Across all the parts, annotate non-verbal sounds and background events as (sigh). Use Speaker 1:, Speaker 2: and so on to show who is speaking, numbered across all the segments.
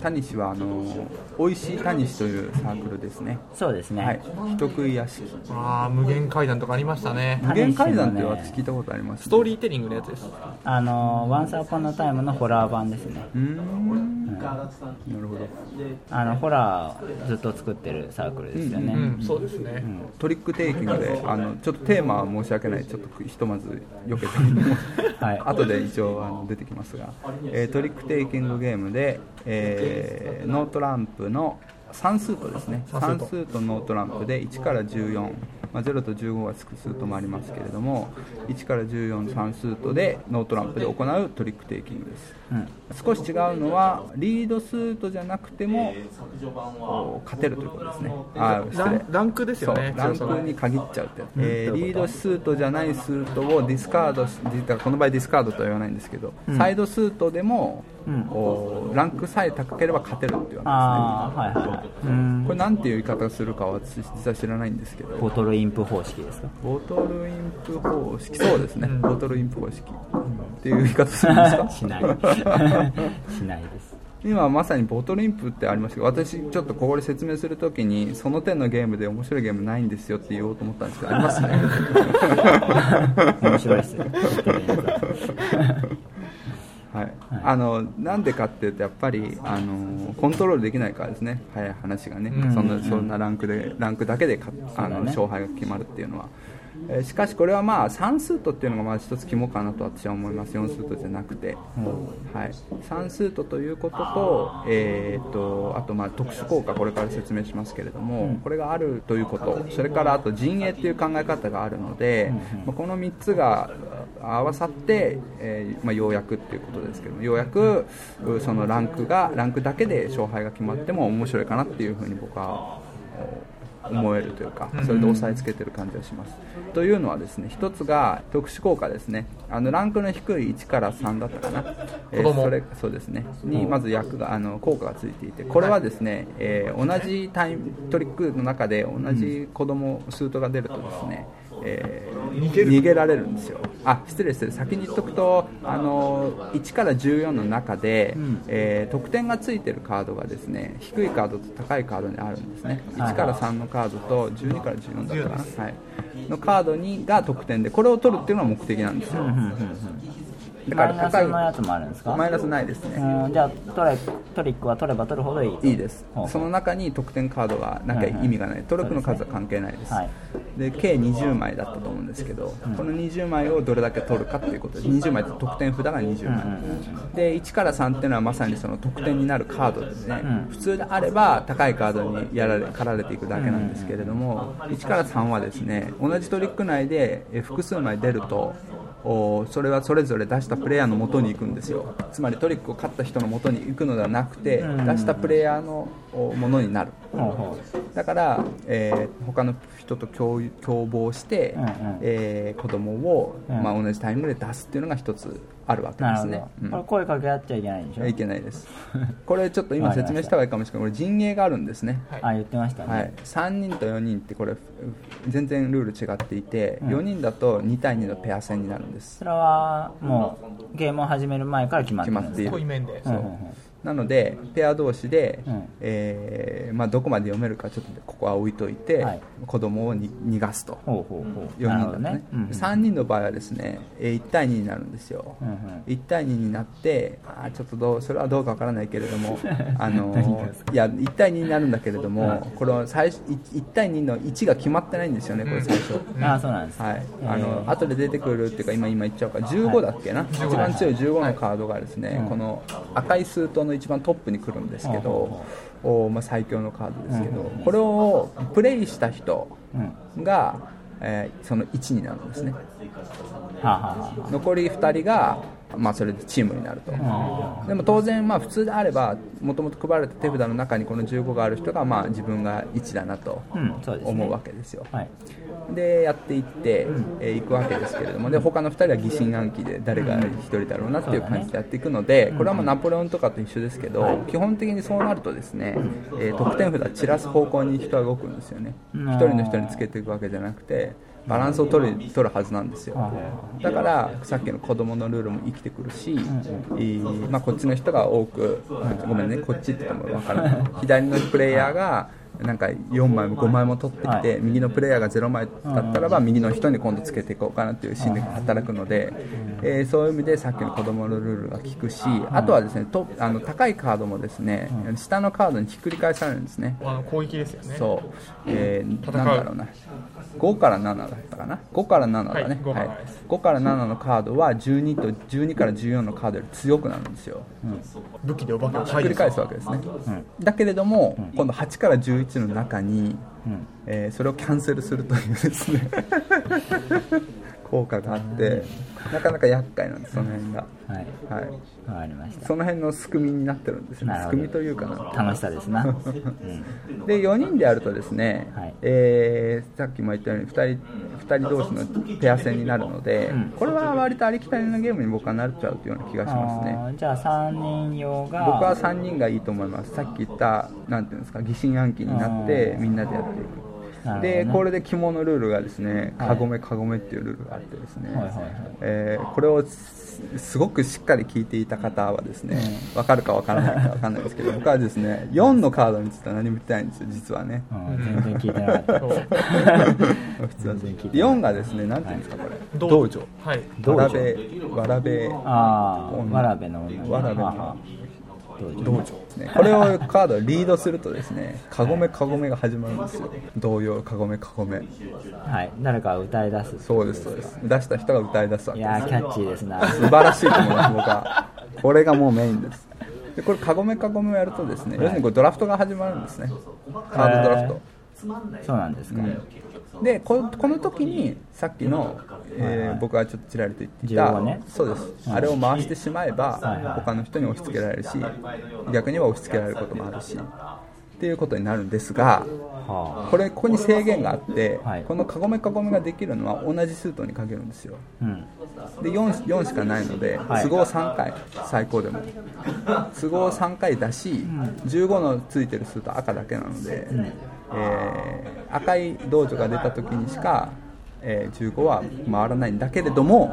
Speaker 1: タニシはあの美味しいタニシというサークルですね。
Speaker 2: そうですね、
Speaker 1: はい、人食い屋敷。
Speaker 3: ああ無限階段とかありましたね
Speaker 1: 無限階段って
Speaker 2: タニシのね
Speaker 1: 私聞いたことあります、
Speaker 3: ストーリーテリングのやつです
Speaker 2: あのワンサーポンのタイムのホラー版ですね
Speaker 1: うーん。なるほど。
Speaker 2: あのホラーをずっと作ってるサークルですよね、
Speaker 3: うんそうですね
Speaker 1: トリックテイキングであのちょっとテーマは申し訳ないちょっとひとまず避けてみても、
Speaker 2: はい
Speaker 1: (laughs) 後で一応あの出てきますが、えートリックテイキングゲームで、えーノートランプの算数とですね算数とノートランプで1から14、まあ、0と15は複数ともありますけれども1から14算数とでノートランプで行うトリックテイキングです、少し違うのはリードスートじゃなくてもこう勝てるということですねあー失
Speaker 3: ラ
Speaker 1: 礼
Speaker 3: ンランクですよ
Speaker 1: そ
Speaker 3: ね
Speaker 1: うラン
Speaker 3: 強さ
Speaker 1: ク
Speaker 3: の
Speaker 1: に限っちゃうってやつ、えーリードスートじゃないスートをディスカードしだからこの場合ディスカードとは言わないんですけど、サイドスートでも、こうランクさえ高ければ勝てるっていう話
Speaker 2: ああはいはいはい
Speaker 1: ですねこれなんていう言い方するかは私実は知らないんですけど
Speaker 2: ボトルインプ方式ですか
Speaker 1: ボトルインプ方式そうですね、ボトルインプ方式っていう言い方するんです (laughs) か
Speaker 2: (laughs) しないしないです
Speaker 1: 今まさにボトルインプってありましたけど私ちょっとここで説明するときにその点のゲームで面白いゲームないんですよって言おうと思ったんですけどありますね
Speaker 2: (laughs) 面白いですね
Speaker 1: はいあのなんでかっていうとやっぱりあのコントロールできないからですね早い話がね、そんなそんなランクでランクだけでかあの、
Speaker 2: そうだね
Speaker 1: 勝敗が決まるっていうのは、えーしかしこれはまあ算数とっていうのがまず一つ肝かなと私は思います4数とじゃなくて、はい、算数とということと,、えー、とあとまあ特殊効果これから説明しますけれども、これがあるということそれからあと陣営っていう考え方があるので、まあこの3つがあ合わさって、えーまあ、ようやくっていうことですけどもようやくうそのランクがランクだけで勝敗が決まっても面白いかなっていうふうに僕は思えるというかそれで押さえつけてる感じがします、というのはですね一つが特殊効果ですねあのランクの低い1から3だったかな、えー
Speaker 3: 子供
Speaker 1: それそうですねにまず役があの効果がついていてこれはですね、えー同じタイムトリックの中で同じ子供スートが出るとですね、えー逃げられるんですよあ失礼失礼先に言っとくとあの1から14の中で、えー得点がついてるカードがですね低いカードと高いカードにあるんですね1から3のカードと12から14だったかな、はい、のカードにが得点でこれを取るっていうのが目的なんですよ (laughs) だから
Speaker 2: マイナ
Speaker 1: 高
Speaker 2: ス
Speaker 1: い
Speaker 2: のやつもあるんですか
Speaker 1: マイナスないですね
Speaker 2: うんじゃあトレトリックは取れば取るほどいいと
Speaker 1: いいです
Speaker 2: ほうほう
Speaker 1: その中に得点カードがなきゃ意味がない、トラックの数は関係ないです
Speaker 2: はい
Speaker 1: で計20枚だったと思うんですけど、この20枚をどれだけ取るかっていうことです20枚って得点札が20枚、で1から3っていうのはまさにその得点になるカードですね、普通であれば高いカードにやられ駆られていくだけなんですけれども、1から3はですね同じトリック内でえ複数枚出るとおーそれはそれぞれ出したプレイヤーの元に行くんですよつまりトリックを勝った人の元に行くのではなくて、出したプレイヤーのおものになる、
Speaker 2: ほうほ
Speaker 1: だから、えー他の人と共有共謀して、
Speaker 2: んうん
Speaker 1: えー子供を、
Speaker 2: ん
Speaker 1: まあ、同じタイミングで出すっていうのが一つあるわ
Speaker 2: う
Speaker 1: けで
Speaker 2: なる
Speaker 1: す
Speaker 2: ほど、
Speaker 1: ね、うん
Speaker 2: これ声かけ合っちゃいけないんでしょ
Speaker 1: いけないです
Speaker 2: (laughs)
Speaker 1: これちょっと今説明した方がいいかもしれないこれ陣営があるんですね、
Speaker 2: あ言ってましたね、
Speaker 1: はい、3人と4人ってこれ全然ルール違っていて、4人だと2対2のペア戦になるんです
Speaker 2: それはもうゲームを始める前から決まって
Speaker 1: 決
Speaker 2: る
Speaker 1: ま
Speaker 2: ん
Speaker 1: っ
Speaker 2: で
Speaker 1: て
Speaker 2: す
Speaker 1: い
Speaker 2: か
Speaker 3: 濃い
Speaker 1: る
Speaker 3: 面で
Speaker 2: うんうんうん
Speaker 1: なのでペア同士で、
Speaker 2: うん
Speaker 1: えーまあ、どこまで読めるかちょっとここは置いといて、
Speaker 2: はい
Speaker 1: 子供をに逃がすと
Speaker 2: ほうほうほう
Speaker 1: 4
Speaker 2: な
Speaker 1: 人
Speaker 2: るほ
Speaker 1: だ
Speaker 2: ど
Speaker 1: とね
Speaker 2: ね、うんうん
Speaker 1: 3人の場合はですねえー1対2になるんですよ、
Speaker 2: うんうん
Speaker 1: 1対2になってあーちょっとどうそれはどうかわからないけれど
Speaker 2: (laughs)
Speaker 1: もあのーいや1対2になるんだけれどもこの最初 1, 対2の1が決まってないんですよねこれ最初、
Speaker 2: ああそうなんです、
Speaker 1: はい、あの後で出てくるっていうか今今言っちゃうから15だっけな、一番強い15のカードがですね、この赤いスートの一番トップに来るんですけど、おまあ、最強のカードですけど、これをプレイした人が、えーその1になるんですね
Speaker 2: はあ、はあはあ
Speaker 1: 残り2人が、まあ、それでチームになると、でも当然、まあ、普通であればもともと配られた手札の中にこの15がある人が、まあ、自分が1だなと
Speaker 2: うんそうですね
Speaker 1: 思うわけですよ、
Speaker 2: はい、
Speaker 1: でやっていって、えー行くわけですけれどもで他の2人は疑心暗鬼で誰が1人だろうなっていう感じでやっていくので、これはもうナポレオンとかと一緒ですけど、基本的にそうなるとですね、えー得点札散らす方向に人は動くんですよね、
Speaker 2: うん
Speaker 1: 1人の人につけていくわけじゃなくてバランスを取る取るはずなんですよ
Speaker 2: はい
Speaker 1: だからさっきの子供のルールも生きてくるし、いいまあ、こっちの人が多く、ごめんねこっちって言っても分からない左のプレイヤーがなんか4枚も5枚も取ってきて、
Speaker 2: はい
Speaker 1: 右のプレイヤーが0枚だったらば右の人に今度つけていこうかなっていう心理が働くので、えーそういう意味でさっきの子供のルールが効くしあとはですねとあの高いカードもですね下のカードにひっくり返されるんですね。
Speaker 3: あの攻撃ですよね
Speaker 1: そう、えー、
Speaker 3: 戦う
Speaker 1: なんだろうな5から7だったかな5から7だ
Speaker 3: はい
Speaker 1: ね、
Speaker 3: 5から7です
Speaker 1: 5から7のカードは12と12から14のカードより強くなるんですよ
Speaker 3: 武器でお化けを
Speaker 1: ひっ
Speaker 3: 退
Speaker 1: く
Speaker 3: 治
Speaker 1: り返すわけですね、だけれども、今度8から11の中に、
Speaker 2: うん
Speaker 1: えーそれをキャンセルするというですね効果があってなかなか厄介なんですその辺が、
Speaker 2: はい
Speaker 1: はい、
Speaker 2: わかりました
Speaker 1: その辺の仕組みになってるんですよね
Speaker 2: な
Speaker 1: 仕
Speaker 2: るほど
Speaker 1: 組みというかな
Speaker 2: 楽しさで
Speaker 1: (laughs)
Speaker 2: すな、うん、
Speaker 1: で4人でやるとですね、
Speaker 2: はい
Speaker 1: えーさっきも言ったように2人 ,2 人同士のペア戦になるので、
Speaker 2: ん
Speaker 1: これは割とありきたりなゲームに僕はなっちゃうというような気がしますね
Speaker 2: あーじゃあ3人用が
Speaker 1: 僕は3人がいいと思いますさっき言ったなんていうんですか疑心暗鬼になって
Speaker 2: あー
Speaker 1: みんなでやってい
Speaker 2: なるほ
Speaker 1: く
Speaker 2: どね
Speaker 1: でこれで肝のルールがですね
Speaker 2: はい
Speaker 1: カゴメカゴメっていうルールがあってですね、
Speaker 2: はいはいはい
Speaker 1: えーこれをすすごくしっかり聞いていた方はですね分かるか分からないか分かんないですけど僕はですね4のカードについては何も言ってないんですよ実はね
Speaker 2: うん全然聞いてなか
Speaker 3: そう
Speaker 2: った
Speaker 1: (laughs) 普通は
Speaker 2: 全然聞いてない
Speaker 1: 4がですねなんていうんですかこれ
Speaker 3: 道
Speaker 1: 道場
Speaker 3: はい
Speaker 2: 道場
Speaker 1: わらべわらべ
Speaker 2: ああ
Speaker 1: 女
Speaker 2: わらべの女
Speaker 1: わらべの
Speaker 2: はは道
Speaker 1: 道場ですねこれをカードをリードするとですねカゴメカゴメが始まるんですよ童謡カゴメカゴメ
Speaker 2: 場はい誰かが歌い出す
Speaker 1: そうですそうです出した人が歌い出すわ
Speaker 2: い
Speaker 1: けで
Speaker 2: やーキャッチーですな
Speaker 1: す素晴らしいと思います僕
Speaker 2: (laughs)
Speaker 1: はこれがもうメインですでこれカゴメカゴメをやるとですね要するにこれドラフトが始まるんですねカードドラフト、
Speaker 2: そうなんですか、
Speaker 1: でここの時にさっきの、えー僕がちょっとちらりと言ってい
Speaker 2: 需要
Speaker 1: た、
Speaker 2: をね
Speaker 1: そうです、あれを回してしまえば、
Speaker 2: はいはい
Speaker 1: 他の人に押し付けられるし逆には押し付けられることもあるしっていうことになるんですが
Speaker 2: は
Speaker 1: これここに制限があって、
Speaker 2: はい
Speaker 1: このカゴメカゴメができるのは同じスートに限るんですよ
Speaker 2: あうん
Speaker 1: で 4, 4しかないので、
Speaker 2: はい
Speaker 1: 都合3回最高でも都合3回だし、15のついてる数と赤だけなので、えー赤い道場が出た時にしか、えー15は回らないんだけれども、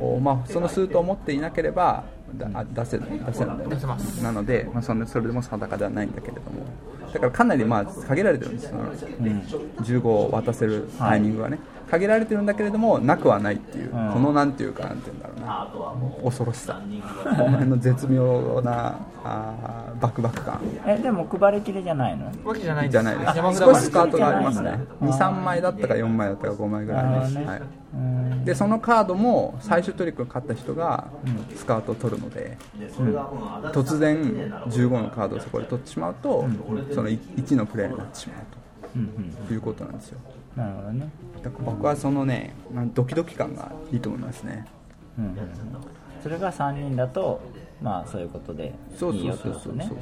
Speaker 1: おまあ、その数とを持っていなければだあ出せ出せるんだよね
Speaker 3: 出せます
Speaker 1: なので、まあ、そんなそれでも定かではないんだけれどもだからかなりまあ限られてるんですよ、15を渡せるタイミングはね、限られてるんだけれどもなくはないっていう、
Speaker 2: ん
Speaker 1: このなんていうかなんていうんだろうな恐ろしさこの辺の絶妙なあーバクバク感
Speaker 2: えでも配りきれじゃないの
Speaker 3: わけじゃないん
Speaker 1: じ
Speaker 3: で
Speaker 1: ゃ
Speaker 3: す
Speaker 1: ないです
Speaker 3: 山札
Speaker 1: 少
Speaker 3: は
Speaker 1: しスカートがあります
Speaker 2: あ
Speaker 1: ね
Speaker 2: ー
Speaker 1: 23枚だったか4枚だったか5枚ぐ
Speaker 2: なる
Speaker 1: らい
Speaker 2: ほ
Speaker 1: です、
Speaker 2: どね
Speaker 1: はいう
Speaker 2: ーん
Speaker 1: でそのカードも最終トリックを買った人がスカートを取るので、突然15のカードをそこで取ってしまうと、その1のプレーになってしまう
Speaker 2: うんうん
Speaker 1: ということなんですよ
Speaker 2: なるほどね
Speaker 1: だから僕はそのねなんドキドキ感がいいと思いますね
Speaker 2: うんうんうんそれが3人だとまあそういうことで
Speaker 1: そう
Speaker 2: いい
Speaker 1: そ
Speaker 2: よ
Speaker 1: う
Speaker 2: って
Speaker 1: そう
Speaker 2: こ
Speaker 1: そ
Speaker 2: と
Speaker 1: う
Speaker 2: ね
Speaker 1: そう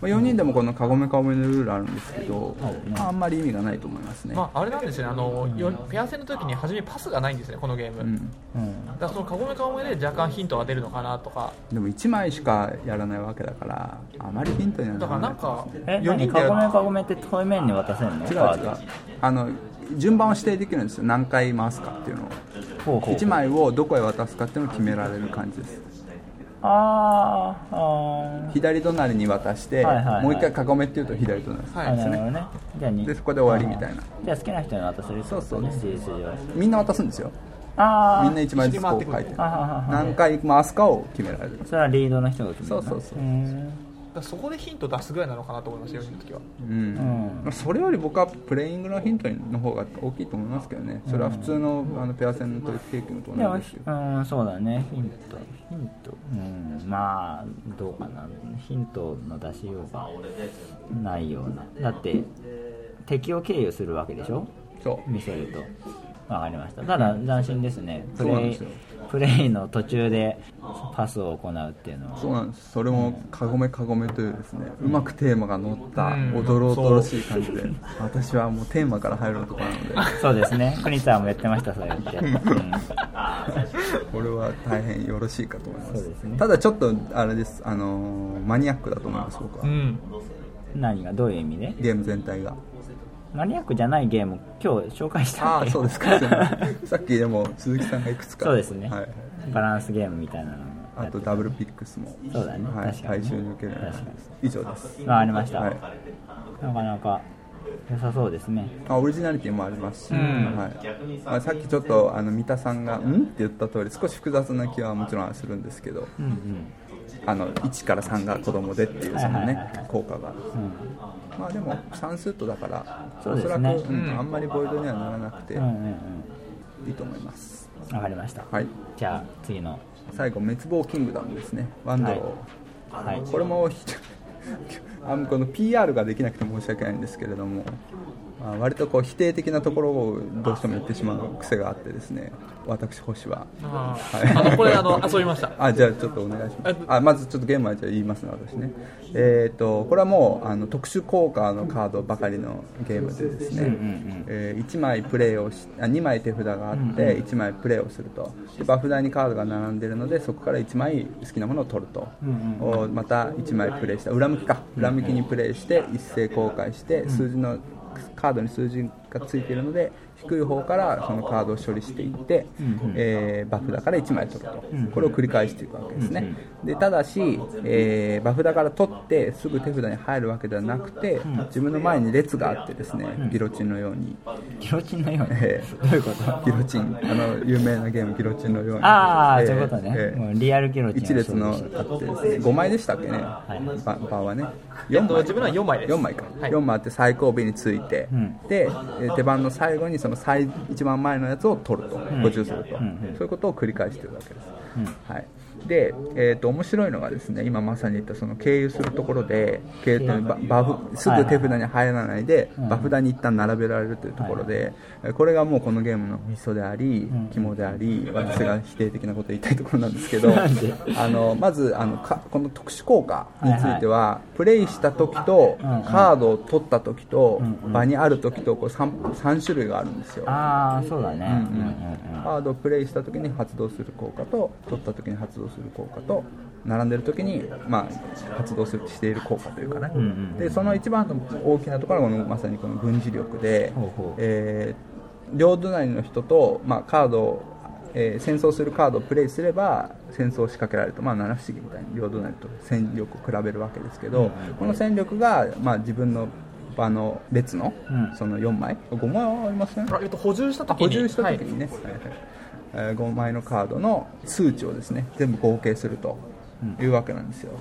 Speaker 1: まあ4人でもこのカゴメカゴメのルールあるんですけど、まあ、あんまり意味がないと思いますね、
Speaker 3: まああれなんですよねあのよペア戦の時に初めパスがないんですねこのゲーム、
Speaker 1: うん、
Speaker 2: うん
Speaker 3: だからそのカゴメカゴメで若干ヒントが出るのかなとか
Speaker 1: でも1枚しかやらないわけだからあまりヒントにはな
Speaker 3: だから
Speaker 1: らな
Speaker 3: な
Speaker 1: んいと思
Speaker 3: か
Speaker 2: え
Speaker 1: 四
Speaker 2: 何
Speaker 1: 人でやる
Speaker 2: カゴメカゴメって対面に渡せるの
Speaker 1: 違う
Speaker 2: カー
Speaker 1: 違
Speaker 2: ド
Speaker 1: うあの順番を指定できるんですよ何回回すかっていうのを
Speaker 2: ほうほう
Speaker 1: 1枚をどこへ渡すかっていうのを決められる感じです
Speaker 2: あーあ
Speaker 1: 左隣に渡して、
Speaker 2: はいはいはい
Speaker 1: もう一回囲めっていうと左隣です、
Speaker 2: ー
Speaker 3: は
Speaker 2: あ
Speaker 3: い
Speaker 2: なるほどねじゃあに
Speaker 1: でそこで終わりみたいな
Speaker 2: じゃあ好きな人に渡せるってこと
Speaker 1: そうそう
Speaker 2: ね事実上
Speaker 1: みんな渡すんですよ
Speaker 2: ああ
Speaker 1: みんな1枚ずつこう書いて
Speaker 2: あははは
Speaker 1: 何回回すかを決められる
Speaker 2: それはリードの人が決めるの
Speaker 1: そうそうそう
Speaker 2: へー
Speaker 3: だからそこでヒント出すぐらいなのかなと思いますよ4人の時は
Speaker 1: うんそれより僕はプレイングのヒントの方が大きいと思いますけどねそれは普通のあのペア戦のトリック経験と
Speaker 2: で
Speaker 1: 同
Speaker 2: も
Speaker 1: じですよ
Speaker 2: うんそうだねヒントヒントうんまあどうかなヒントの出しようがないようなだって敵を経由するわけでしょ
Speaker 1: そう
Speaker 2: 見せるとわかりましたただ斬新ですねプ
Speaker 1: そうなん
Speaker 2: レ
Speaker 1: で
Speaker 2: イ
Speaker 1: すよ
Speaker 2: プレイの途中でパスを行うっていうのは
Speaker 1: そうなんですそれもカゴメカゴメというですねうまくテーマが乗った
Speaker 3: うん
Speaker 1: おどろおどろしい感じで私はもうテーマから入るところなので
Speaker 2: そうですね国さんもやってましたそうやって、うん
Speaker 1: これは大変よろしいかと思いま
Speaker 2: そう
Speaker 1: す
Speaker 2: ですね
Speaker 1: ただちょっとあれですあのーマニアックだと思います僕は
Speaker 3: ん
Speaker 2: 何がどういう意味で
Speaker 1: ゲーム全体が
Speaker 2: マニアックじゃないゲーム今日紹介した
Speaker 1: あ
Speaker 2: ん
Speaker 1: あ
Speaker 2: で
Speaker 1: そうです
Speaker 2: (laughs)
Speaker 1: かさっきでも鈴木さんがいくつか
Speaker 2: そうですね、
Speaker 1: はい、
Speaker 2: バランスゲームみたいなのもや
Speaker 1: あ
Speaker 2: って
Speaker 1: とダブルピックスも
Speaker 2: そうだね
Speaker 1: はい、
Speaker 2: 確かに
Speaker 1: 大衆に受けるような
Speaker 2: 確かに
Speaker 1: 以上です
Speaker 2: わかりました、
Speaker 1: はい
Speaker 2: なかなか良さそうですね
Speaker 1: あオリジナリティもありますし、
Speaker 3: ん
Speaker 1: はいまあ、さっきちょっとあの三田さんが「ん?」って言った通り少し複雑な気はもちろんするんですけど、
Speaker 2: うんうん
Speaker 1: あの1から3が子供でっていうその
Speaker 2: はいはいはいはい
Speaker 1: ね効果が
Speaker 2: うん
Speaker 1: まあでも算数とだから
Speaker 2: そう
Speaker 1: お
Speaker 2: で
Speaker 1: そ
Speaker 2: す
Speaker 1: ら
Speaker 2: ね
Speaker 1: く、うん
Speaker 3: うん
Speaker 1: あんまりボイドにはならなくて
Speaker 2: うんうんうん
Speaker 1: いいと思います、
Speaker 2: わかりました、
Speaker 1: はい
Speaker 2: じゃあ次の
Speaker 1: 最後滅亡キングダムですねワンドロー、
Speaker 2: はい
Speaker 1: これもあのこの PR ができなくて申し訳ないんですけれども、まあ、割とこう否定的なところをどうしても言ってしまう癖があってですね私星は
Speaker 3: あ
Speaker 1: はい
Speaker 3: ーあのこれあの遊びました
Speaker 1: あじゃあちょっとお願いしますあまずちょっとゲームはじゃあ言いますね私ねえっ、とこれはもうあの特殊効果のカードばかりのゲームでですね、えー1枚プレイをしあ2枚手札があって1枚プレイをするとでバフ台にカードが並んでるのでそこから1枚好きなものを取ると、おまた1枚プレイした裏向きか裏向きにプレイして一斉公開して数字のカードに数字がついているので低い方からそのカードを処理していって、えーバフだから1枚取ると、これを繰り返していくわけですね、でただし、えーバフだから取ってすぐ手札に入るわけではなくて、自分の前に列があってですねギロチンのように、
Speaker 2: ギロチンのように
Speaker 1: えー (laughs)
Speaker 2: どういうこと
Speaker 1: ギロチンあの有名なゲームギロチンのように
Speaker 2: ああ、
Speaker 1: えー
Speaker 2: そういうことね、
Speaker 1: えー
Speaker 2: もうリアルギロチンを
Speaker 1: 1列のあっ
Speaker 2: 勝
Speaker 1: て
Speaker 2: 負して
Speaker 1: 5枚でしたっけね、
Speaker 2: い
Speaker 1: ば場はね4枚
Speaker 3: えっと自分のは四枚です
Speaker 1: 4枚か、
Speaker 3: はい
Speaker 1: 4枚あって最後尾について、
Speaker 2: ん
Speaker 1: でえー手番の最後にその最一番前のやつを取ると、補充すると、そういうことを繰り返してるわけです、はいで、えー、と面白いのがですね今まさに言ったその経由するところで経由とババフすぐ手札に入らないで、バフ札に一旦並べられるというところで、えーこれがもうこのゲームのミソであり、肝であり私が否定的なことを言いたいところなんですけど
Speaker 2: (laughs) なんで
Speaker 1: あのまずあのかこの特殊効果については、プレイした時と、
Speaker 2: んうん
Speaker 1: カードを取った時と、
Speaker 2: んうん
Speaker 1: 場にある時とこう 3, 3種類があるんですよ
Speaker 2: ああそうだね、
Speaker 1: うんうん
Speaker 2: うんうんうん
Speaker 1: カードをプレイした時に発動する効果と取った時に発動する効果と並んでる時に、まあ、発動するしている効果というかね、
Speaker 2: うんうん
Speaker 1: でその一番の大きなところがこのまさにこの軍事力で
Speaker 2: ほうほう
Speaker 1: えー両隣の人と、まあ、カードを、えー戦争するカードをプレイすれば戦争を仕掛けられると、まあ、七不思議みたいに両隣と戦力を比べるわけですけど、この戦力が、まあ、自分の場の列の,、
Speaker 2: うん
Speaker 1: その4枚5枚はありません
Speaker 3: あえっと補充した時に
Speaker 1: 補充した時にね、はい5枚のカードの数値をですね全部合計するというわけなんですよ、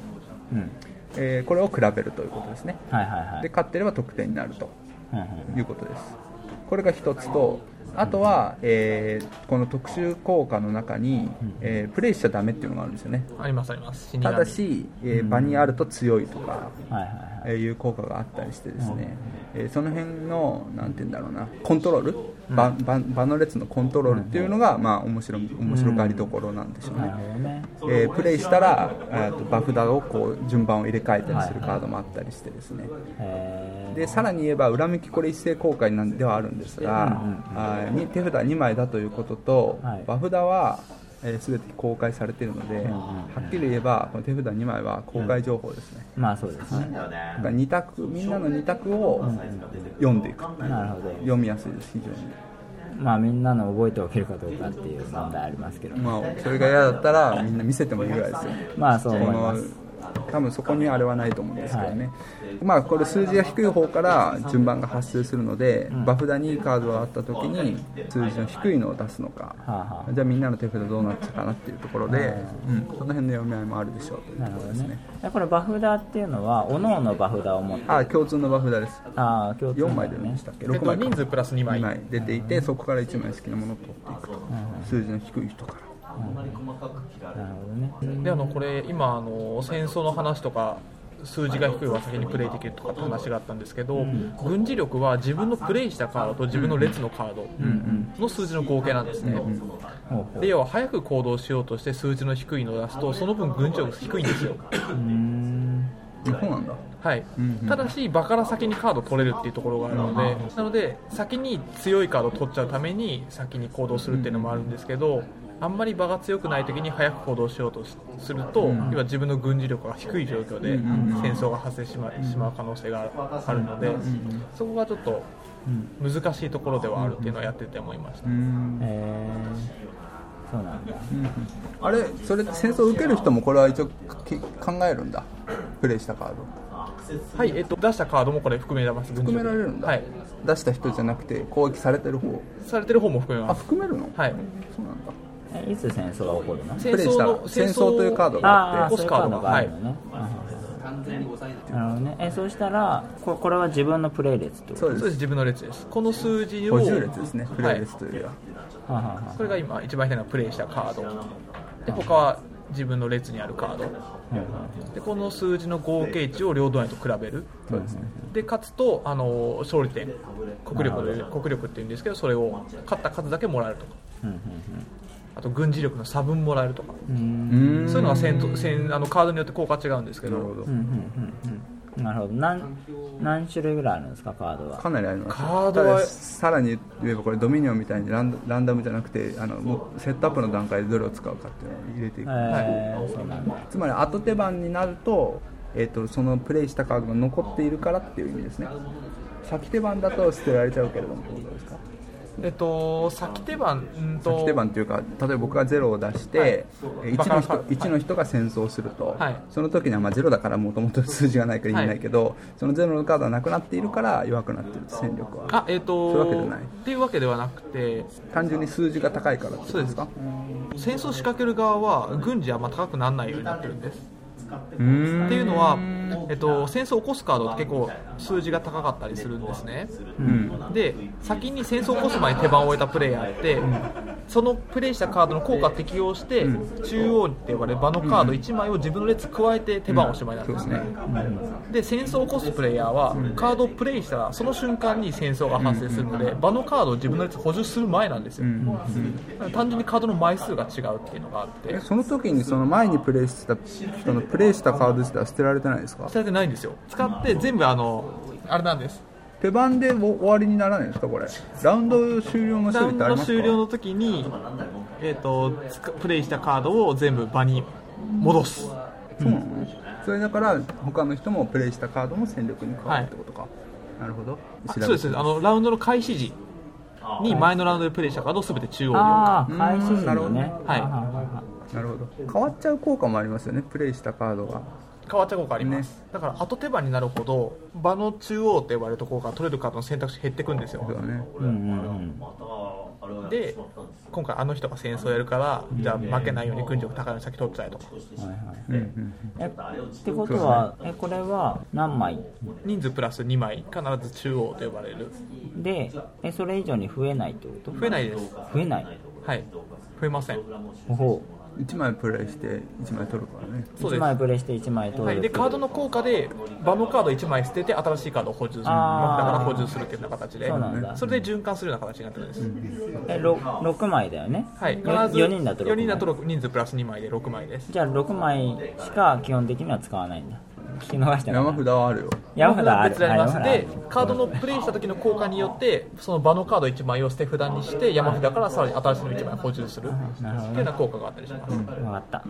Speaker 2: うん
Speaker 1: えーこれを比べるということですね
Speaker 2: はいはいは
Speaker 1: で
Speaker 2: い、
Speaker 1: 勝ってれば得点になると
Speaker 2: うんうん
Speaker 1: いうことですこれが一つとあとは、えーこの特殊効果の中に、えープレイしちゃダメっていうのがあるんですよね
Speaker 3: ありますあります死神
Speaker 1: ただし、えー場にあると強いとか、
Speaker 2: はいはいはい
Speaker 1: えーいう効果があったりしてですね、えーその辺のなんて言うんだろうなコントロール、場場場の列のコントロールっていうのが、まあ、面白面白がりどころなんでしょう
Speaker 2: な
Speaker 1: ね
Speaker 2: る、ほどね
Speaker 1: えープレイしたら、えーと場札をこう順番を入れ替えたりするカードもあったりしてですね、
Speaker 2: へ
Speaker 1: でさらに言えば裏向きこれ一斉公開なんではあるんですが、あーに手札2枚だということと、
Speaker 2: はい
Speaker 1: 場札は、えー全て公開されているので、
Speaker 2: んうん
Speaker 1: はっきり言えばこの手札2枚は公開情報ですね、
Speaker 2: ーまあそうですね
Speaker 1: だから二択みんなの2択を読んでいく、
Speaker 2: なるほど
Speaker 1: 読みやすいです非常に。
Speaker 2: まあみんなの覚えておけるかどうかっていう問題ありますけど、
Speaker 1: まあ、それが嫌だったらみんな見せてもいいぐらいですよ
Speaker 2: まあそう
Speaker 1: こ
Speaker 2: 思います
Speaker 1: の多分そこにあれはないと思うんですけどね、まあこれ数字が低い方から順番が発生するので、場札にいいカードがあった時に数字の低いのを出すのか、
Speaker 2: あはあ
Speaker 1: じゃあみんなの手札どうなっちゃうかなっていうところで、うんその辺の読み合いもあるでしょうという
Speaker 2: な
Speaker 1: と
Speaker 2: る
Speaker 1: ころ
Speaker 2: ほど
Speaker 1: ですね
Speaker 2: ねえこれバフ札っていうのはおのおのバフ札を持って
Speaker 1: あ共通の場札です
Speaker 2: ああ共通
Speaker 1: 4
Speaker 2: なんだ
Speaker 1: 枚出るんでしたっけ
Speaker 3: えっ
Speaker 1: 6
Speaker 3: と
Speaker 1: 枚か
Speaker 3: 人数プラス2
Speaker 1: 2
Speaker 3: 枚
Speaker 1: 枚出ていてそこから1枚好きなものを取っていくと数字の低い人から
Speaker 2: なるほどね
Speaker 3: であのこれ今あの戦争の話とか数字が低いは先にプレイできるとかって話があったんですけど、軍事力は自分のプレイしたカードと自分の列のカードの数字の合計なんですね、
Speaker 2: ほうほう
Speaker 3: で要は早く行動しようとして数字の低いのを出すとその分軍事力が低いんですよ、
Speaker 2: うーん
Speaker 1: あそうなんだ
Speaker 3: はい
Speaker 1: んうん
Speaker 3: ただし場から先にカード取れるっていうところがあるので、なので先に強いカードを取っちゃうために先に行動するっていうのもあるんですけど、あんまり場が強くない時に早く行動しようとしすると、
Speaker 1: うん
Speaker 3: 今自分の軍事力が低い状況で
Speaker 1: うん
Speaker 3: 戦争が発生してしましまう可能性があるので、そこがちょっと難しいところではあるっていうのはやってて思いました、
Speaker 1: うん
Speaker 2: えー、そうなんだ
Speaker 1: あれそれ戦争を受ける人もこれは一応き考えるんだプレイしたカード
Speaker 3: はい、えっと、出したカードもこれ含められます軍事
Speaker 1: 含め
Speaker 3: 力
Speaker 1: られるんだ、
Speaker 3: はい、
Speaker 1: 出した人じゃなくて攻撃されてる方
Speaker 3: されてる方も含め
Speaker 1: あ
Speaker 3: ます
Speaker 1: 含めるの、
Speaker 3: はい
Speaker 1: そうなんだ
Speaker 2: えいつ戦争が起こるの
Speaker 1: プレイした戦争というカードがあ
Speaker 2: ああ
Speaker 1: っ
Speaker 2: そ
Speaker 1: て
Speaker 2: ういうカードがあるのね、なるほどねえそうしたらここれは自分のプレイ列ってこと
Speaker 1: そうで
Speaker 3: そうで
Speaker 1: す
Speaker 3: す自分の列ですこの数字を
Speaker 1: 50列ですねプレイ列
Speaker 3: は
Speaker 1: というよりは、
Speaker 2: ははは
Speaker 3: これが今一番左のプレイしたカードで他は自分の列にあるカードでこの数字の合計値を両隣と比べる
Speaker 1: そうですね
Speaker 3: で勝つとあの勝利点国力で国力っていうんですけどそれを勝った数だけもらえるとか
Speaker 2: うん
Speaker 3: あと軍事力の差分もらえるとか
Speaker 2: うんう
Speaker 1: う
Speaker 2: ん
Speaker 1: ーん
Speaker 3: そういうのが戦闘戦あのカードによって効果違うんですけ
Speaker 1: な
Speaker 3: ど
Speaker 1: るほど
Speaker 2: うんうんうんうんなるほど何何種類ぐらいあるんですかカードは
Speaker 1: かなりあります
Speaker 3: カードは
Speaker 1: たださらに言えばこれドミニオンみたいにランダランダムじゃなくてあのもうセットアップの段階でどれを使うかっていうのを入れていく、
Speaker 2: えー、そうなんだ
Speaker 1: つまり後手番になると,、えー、とそのプレイしたカードが残っているからっていう意味ですね先手番だと捨てられちゃうけれどもってことですか
Speaker 3: えっと先手番うんと
Speaker 1: 先手番というか例えば僕が0を出して、
Speaker 3: はい
Speaker 1: えー
Speaker 3: バ
Speaker 1: 1
Speaker 3: カ
Speaker 1: の
Speaker 3: なカー
Speaker 1: 人
Speaker 3: ド
Speaker 1: 一の人が戦争すると、
Speaker 3: はい
Speaker 1: その時にはまあ0だからもともと数字がないから意味ないけど、その0のカードがなくなっているから弱くなっていると戦力は
Speaker 3: あえっと
Speaker 1: そういうわけじゃない
Speaker 3: っていうわけではなくて
Speaker 1: 単純に数字が高いからってことですか
Speaker 3: 戦争を仕掛ける側は軍事はあんま高くならないようになってるんです
Speaker 1: って
Speaker 3: っていうのは、えっと、戦争を起こすカードって結構数字が高かったりするんですね
Speaker 1: うん
Speaker 3: で先に戦争を起こす前に手番を終えたプレイヤーってそのプレイしたカードの効果を適用して中央って呼ばれる場のカード1枚を自分の列加えて手番をおしまいなん
Speaker 1: そう
Speaker 3: で
Speaker 1: です
Speaker 3: す
Speaker 1: ね
Speaker 3: ねで戦争を起こすプレイヤーはカードをプレイしたらその瞬間に戦争が発生するので場のカードを自分の列補充する前なんですよ
Speaker 1: うん
Speaker 3: 単純にカードの枚数が違うっていうのがあって
Speaker 1: えその時にその前にプレイしてた人のプレイしたカード自体は捨てられてないですか
Speaker 3: されてないんですよ使って全部あのあれなんです
Speaker 1: 手番でも終わりにならないですかこれラウンド終了の
Speaker 3: ラ
Speaker 1: 処
Speaker 3: ウ
Speaker 1: 理っ
Speaker 3: ン
Speaker 1: てありま
Speaker 3: ド
Speaker 1: すか
Speaker 3: 終了の時に、えー、とつかプレイしたカードを全部場に戻す、
Speaker 1: そうなのねそれだから他の人もプレイしたカードも戦力に変わるってことか、なるほど
Speaker 3: あそうで
Speaker 1: 調
Speaker 3: す
Speaker 1: べてみ
Speaker 3: あ
Speaker 1: ま
Speaker 3: のラウンドの開始時に前のラウンドでプレイしたカードを全て中央に
Speaker 2: ああ開始
Speaker 1: うん
Speaker 2: 時
Speaker 1: なるほど
Speaker 2: にね
Speaker 1: はい
Speaker 2: はは
Speaker 1: すなるほど変わっちゃう効果もありますよねプレイしたカードが
Speaker 3: 変わっちゃう効果あります、だから後手番になるほど場の中央って呼ばれるところから取れるカードの選択肢減ってくんですよ
Speaker 1: そうだね
Speaker 2: うんうんうん
Speaker 3: で今回あの人が戦争やるからじゃあ負けないように軍力高いの先取っちゃえとか
Speaker 2: はいはい
Speaker 1: うんうん
Speaker 2: えってことは、えこれは何枚
Speaker 3: 人数プラス2枚必ず中央と呼ばれる
Speaker 2: でえそれ以上に増えないってこと
Speaker 3: 増えないです
Speaker 2: 増えない
Speaker 3: はい増えません
Speaker 2: ほほ
Speaker 1: 1枚プレイして1枚取るからね
Speaker 3: そうで
Speaker 2: 1
Speaker 3: す
Speaker 2: 枚プレイして1枚取る、
Speaker 3: はい、でカードの効果で場のカード1枚捨てて新しいカードを補充する
Speaker 2: あー
Speaker 3: 枕から補充するっていうような形で
Speaker 2: そうなんだ
Speaker 3: それで循環するような形になってるんです、
Speaker 2: え 6, 六枚だよね
Speaker 3: はい、必ず
Speaker 2: 4人だと
Speaker 3: 4人だ
Speaker 2: 6枚
Speaker 3: と人数プラス2枚で6枚です
Speaker 2: じゃあ6枚しか基本的には使わないんだ聞き逃したかな
Speaker 1: 山札はあるよ
Speaker 2: 山札ある
Speaker 3: 別であります
Speaker 2: はい
Speaker 3: でカードのプレイした時の効果によってその場のカード1枚を捨て札にして山札からさらに新しいの1枚補充するっていう
Speaker 2: なるほど
Speaker 3: ような効果があったりします、
Speaker 2: 分かった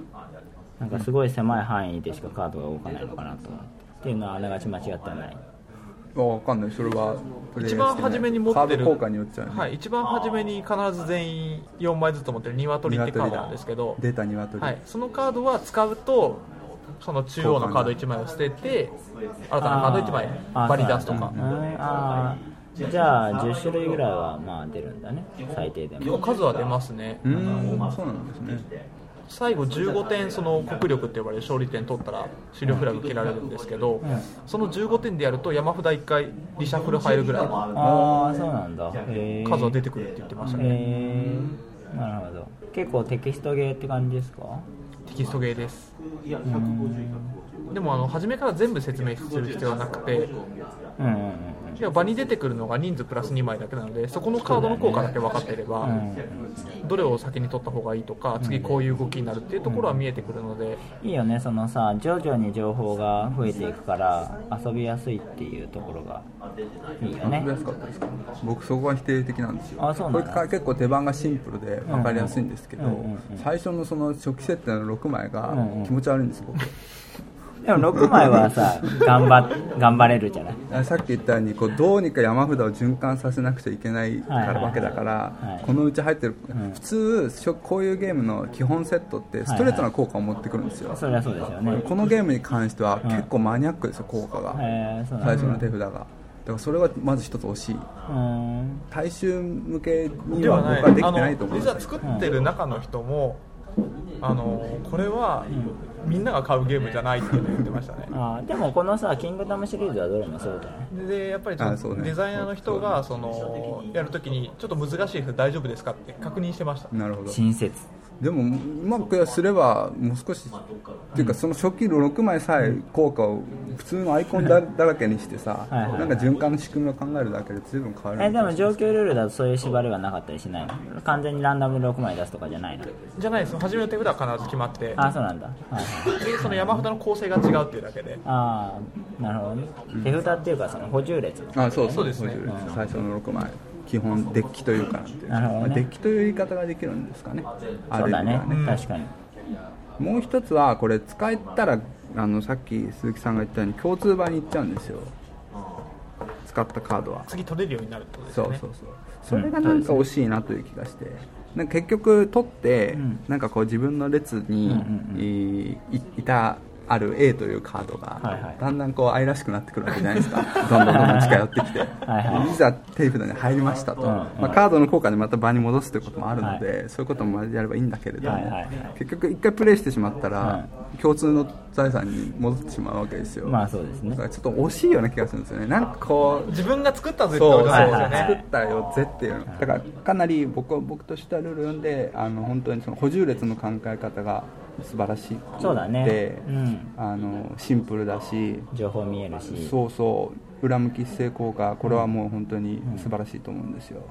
Speaker 2: なんかすごい狭い範囲でしかカードが動かないのかなと思ってっていうのはあながち間違ってはない
Speaker 1: わかんないそれはプレイ
Speaker 3: 一
Speaker 1: して
Speaker 3: 番初めに持って
Speaker 1: カー
Speaker 3: る
Speaker 1: ド効果によっちゃうね、
Speaker 3: はい、一番初めに必ず全員4枚ずつ持ってる鶏ってカードなんですけど
Speaker 1: 出た鶏、
Speaker 3: はい、そのカードは使うとその中央のカード1枚を捨てて新たなカード1枚バリ出すとか
Speaker 2: あーうんあーじゃあ10種類ぐらいはまあ出るんだね最低で
Speaker 3: 結
Speaker 2: も
Speaker 3: 構数は出ますね
Speaker 1: うーんそうなんですね
Speaker 3: 最後15点その国力って呼ばれる勝利点取ったら終了フラグ切られるんですけどその15点でやると山札1回リシャッフル入るぐらいの
Speaker 2: ああそうなんだへー
Speaker 3: 数は出てくるって言ってましたね
Speaker 2: へーなるほど結構テキストゲーって感じですか
Speaker 3: テキストゲーです
Speaker 2: うん
Speaker 3: でもあの初めから全部説明する必要はなくて
Speaker 2: うんうんうん
Speaker 3: いや場に出てくるのが人数プラス2枚だけなのでそこのカードの効果だけ分かっていれば、どれを先に取った方がいいとか次こういう動きになるっていうところは見えてくるので、
Speaker 2: いいよねそのさ徐々に情報が増えていくから遊びやすいっていうところがいいよね
Speaker 1: 遊びやすかったですか僕そこは否定的なんですよ
Speaker 2: あそうなんだ
Speaker 1: これから結構手番がシンプルで分かりやすいんですけど、
Speaker 2: うんうんうん
Speaker 1: 最初のその初期設定の6枚が
Speaker 2: んうん
Speaker 1: 気持ち悪いんです僕、
Speaker 2: でも6枚は
Speaker 3: (laughs)
Speaker 2: さ頑張頑張れるじゃない
Speaker 1: あさっき言ったようにこうどうにか山札を循環させなくちゃいけないか
Speaker 2: はいは
Speaker 1: ら
Speaker 2: いはい
Speaker 1: わけだから、
Speaker 2: はい
Speaker 1: このうち入ってる、
Speaker 2: ん
Speaker 1: 普通しょこういうゲームの基本セットってストレートな効果を持ってくるんですよ、
Speaker 2: そりゃそうですよね
Speaker 1: このゲームに関しては結構マニアックですよ効果が、
Speaker 2: えー、そうな
Speaker 1: 最
Speaker 2: ん
Speaker 1: 初
Speaker 2: だ
Speaker 1: の手札がだからそれはまず一つ惜しい
Speaker 2: うん
Speaker 1: 大衆向けに
Speaker 3: で
Speaker 1: は
Speaker 3: は
Speaker 1: 僕
Speaker 3: ない
Speaker 1: はでき
Speaker 3: あ
Speaker 1: て
Speaker 3: の
Speaker 1: ないと思うん
Speaker 3: 実
Speaker 1: です
Speaker 3: は作ってる中の人もあのこれはみんなが買うゲームじゃないっていうのを言ってましたね
Speaker 2: あーでもこのさ「キングダム」シリーズはどれもそうじゃない
Speaker 3: でやっぱりそ
Speaker 1: あそう
Speaker 3: の
Speaker 1: ね
Speaker 3: デザイナーの人がそのやるときにちょっと難しいです大丈夫ですかって確認してました
Speaker 1: なるほど
Speaker 2: 親切
Speaker 1: でもうまくすればもう少しっていうかその初期の6枚さえ効果を普通のアイコンだだらけにしてさ
Speaker 2: はいはい
Speaker 1: なんか循環の仕組みを考えるだけで随分変わる
Speaker 2: えでも上級ルールだとそういう縛りはなかったりしないの完全にランダムで6枚出すとかじゃないの
Speaker 3: じゃないです初めの手札は必ず決まって
Speaker 2: ああそうなんだ、はいはい、
Speaker 3: でその山札の構成が違うっていうだけで
Speaker 2: ああなるほどね手札っていうかその補充列
Speaker 1: あそう
Speaker 3: そうですね
Speaker 1: 補充率最初の6枚基本デッキというかなんていう
Speaker 2: なるほどね
Speaker 1: まあデッキという言い方ができるんですかねある
Speaker 2: そう
Speaker 1: 意
Speaker 2: だ
Speaker 1: 味で
Speaker 2: ね
Speaker 1: は
Speaker 2: 確かに
Speaker 1: もう一つはこれ使えたらあのさっき鈴木さんが言ったように共通版に行っちゃうんですよ使ったカードは
Speaker 3: 次取れるようになるってことです
Speaker 1: そ
Speaker 3: よ
Speaker 1: う
Speaker 3: ね
Speaker 1: そうそうそれがなんか惜しいなという気がしてなんか結局取って、
Speaker 2: ん
Speaker 1: なんかこう自分の列に、
Speaker 2: んうんうん
Speaker 1: いいいたある A というカードが、
Speaker 2: はいはい
Speaker 1: だんだんこう愛らしくなってくるわけじゃないですか (laughs) どんどんどんどん近寄ってきて
Speaker 2: いはい
Speaker 1: ざ手札に入りましたと、
Speaker 2: うんうん
Speaker 1: まあ、カードの効果でまた場に戻すということもあるので、そういうこともやればいいんだけれども、
Speaker 2: はいはいはい
Speaker 1: 結局一回プレイしてしまったら、
Speaker 2: は
Speaker 1: 共通の財産に戻ってしまうわけですよ、
Speaker 2: まあそうです
Speaker 1: だ
Speaker 2: ね
Speaker 1: からちょっと惜しいような気がするんですよねなんかこう
Speaker 3: 自分が作ったぜってこ
Speaker 1: そう
Speaker 3: と
Speaker 1: そう、
Speaker 3: です
Speaker 2: はい
Speaker 3: よ
Speaker 2: はい
Speaker 3: ね
Speaker 2: はい
Speaker 1: 作ったよぜっていうのだからかなり僕は僕としてはルールを読んであの本当にその補充列の考え方が素晴らしい
Speaker 2: そうだねうん
Speaker 1: あのシンプルだし
Speaker 2: 情報見えるし
Speaker 1: そうそう裏向き成効果これはもう本当に素晴らしいと思うんですよ、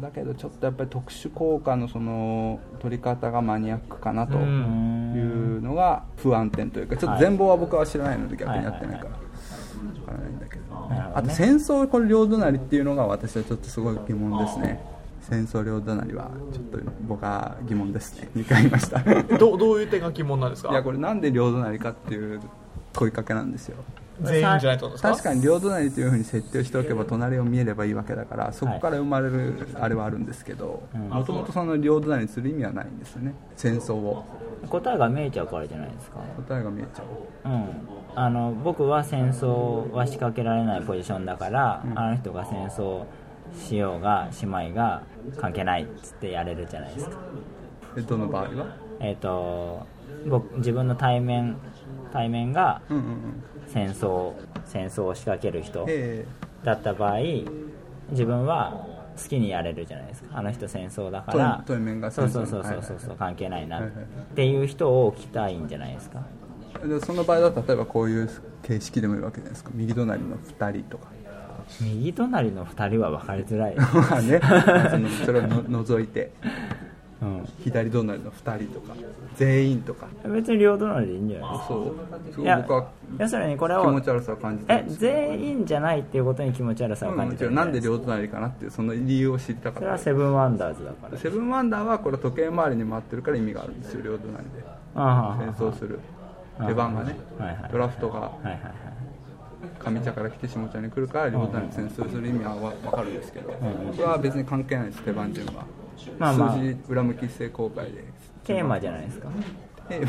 Speaker 1: だけどちょっとやっぱり特殊効果のその取り方がマニアックかなと
Speaker 3: うん
Speaker 1: いうのが不安点というかちょっと全貌は僕は知らないので逆にやってないから。わからないんだけど
Speaker 2: なるほどね
Speaker 1: あと戦争これ両隣っていうのが私はちょっとすごい疑問ですね戦争両隣はちょっと僕は疑問ですね2回 (laughs) 言いましたい
Speaker 3: どどういう点が疑問なんですか
Speaker 1: やこれなんで両隣かっていう問いかけなんですよ
Speaker 3: 全員じゃないってことですか
Speaker 1: 確かに両隣というふうに設定をしておけば隣を見えればいいわけだからそこから生まれるあれはあるんですけど
Speaker 2: ん
Speaker 1: もともとその両隣にする意味はないんですよね戦争を
Speaker 2: 答えが見えちゃうからじゃないですか
Speaker 1: 答えが見えちゃう
Speaker 2: うんあの僕は戦争は仕掛けられないポジションだから、あの人が戦争しようがしまいが関係ないっつってやれるじゃないですか
Speaker 1: えどの場合は
Speaker 2: えっ、と僕自分の対面対面が
Speaker 1: うんうんうん
Speaker 2: 戦争戦争を仕掛ける人
Speaker 1: え
Speaker 2: だった場合自分は好きにやれるじゃないですかあの人戦争だから
Speaker 1: 対対面が
Speaker 2: そ
Speaker 1: 戦
Speaker 2: う
Speaker 1: 争
Speaker 2: そうそうそう
Speaker 1: はい
Speaker 2: そ
Speaker 1: は
Speaker 2: う
Speaker 1: い
Speaker 2: そう関係ないな
Speaker 1: はい
Speaker 2: っ
Speaker 1: はい
Speaker 2: ていう人を置きたいんじゃないですか
Speaker 1: えでその場合は例えばこういう形式でもいいわけじゃないですか右隣の2人
Speaker 2: (laughs)
Speaker 1: とか
Speaker 2: 右隣の2人は分かりづら
Speaker 1: (laughs)
Speaker 2: い、
Speaker 1: まあ
Speaker 2: (laughs)
Speaker 1: ねそのそれをの除いて
Speaker 2: うん、
Speaker 1: 左隣の2人とか全員とか
Speaker 2: 別に両隣でいいんじゃないですか
Speaker 1: そうす
Speaker 2: い
Speaker 1: ごい
Speaker 2: や
Speaker 1: 僕は
Speaker 2: 要するにこれ
Speaker 1: 気持
Speaker 2: を
Speaker 1: ち悪さを感じてる
Speaker 2: え
Speaker 1: んですよ
Speaker 2: 全員じゃないっていうことに気持ち悪さを
Speaker 1: うん
Speaker 2: 感
Speaker 1: もち
Speaker 2: じて
Speaker 1: ろ
Speaker 2: る
Speaker 1: ん
Speaker 2: じゃ
Speaker 1: なん
Speaker 2: い
Speaker 1: です
Speaker 2: か
Speaker 1: 両隣かなっていうその理由を知りたか
Speaker 2: それは
Speaker 1: っ
Speaker 2: セブンワンダーズだから
Speaker 1: たセブンワンダーはこれ時計回りに回ってるから意味があるんですよ両隣で
Speaker 2: あ
Speaker 1: 戦争する
Speaker 2: あ
Speaker 1: 出番がね
Speaker 2: はいはい
Speaker 1: ドラフトが
Speaker 2: あはいはいはい
Speaker 1: 上茶から来て下茶に来るから両隣に戦争する意味はわ分かるんですけど
Speaker 2: ん
Speaker 1: 僕は別に関係ないです手番順は
Speaker 2: まあまあ
Speaker 1: 数字裏向き正公開で
Speaker 2: テーマじゃないですか
Speaker 1: ええよ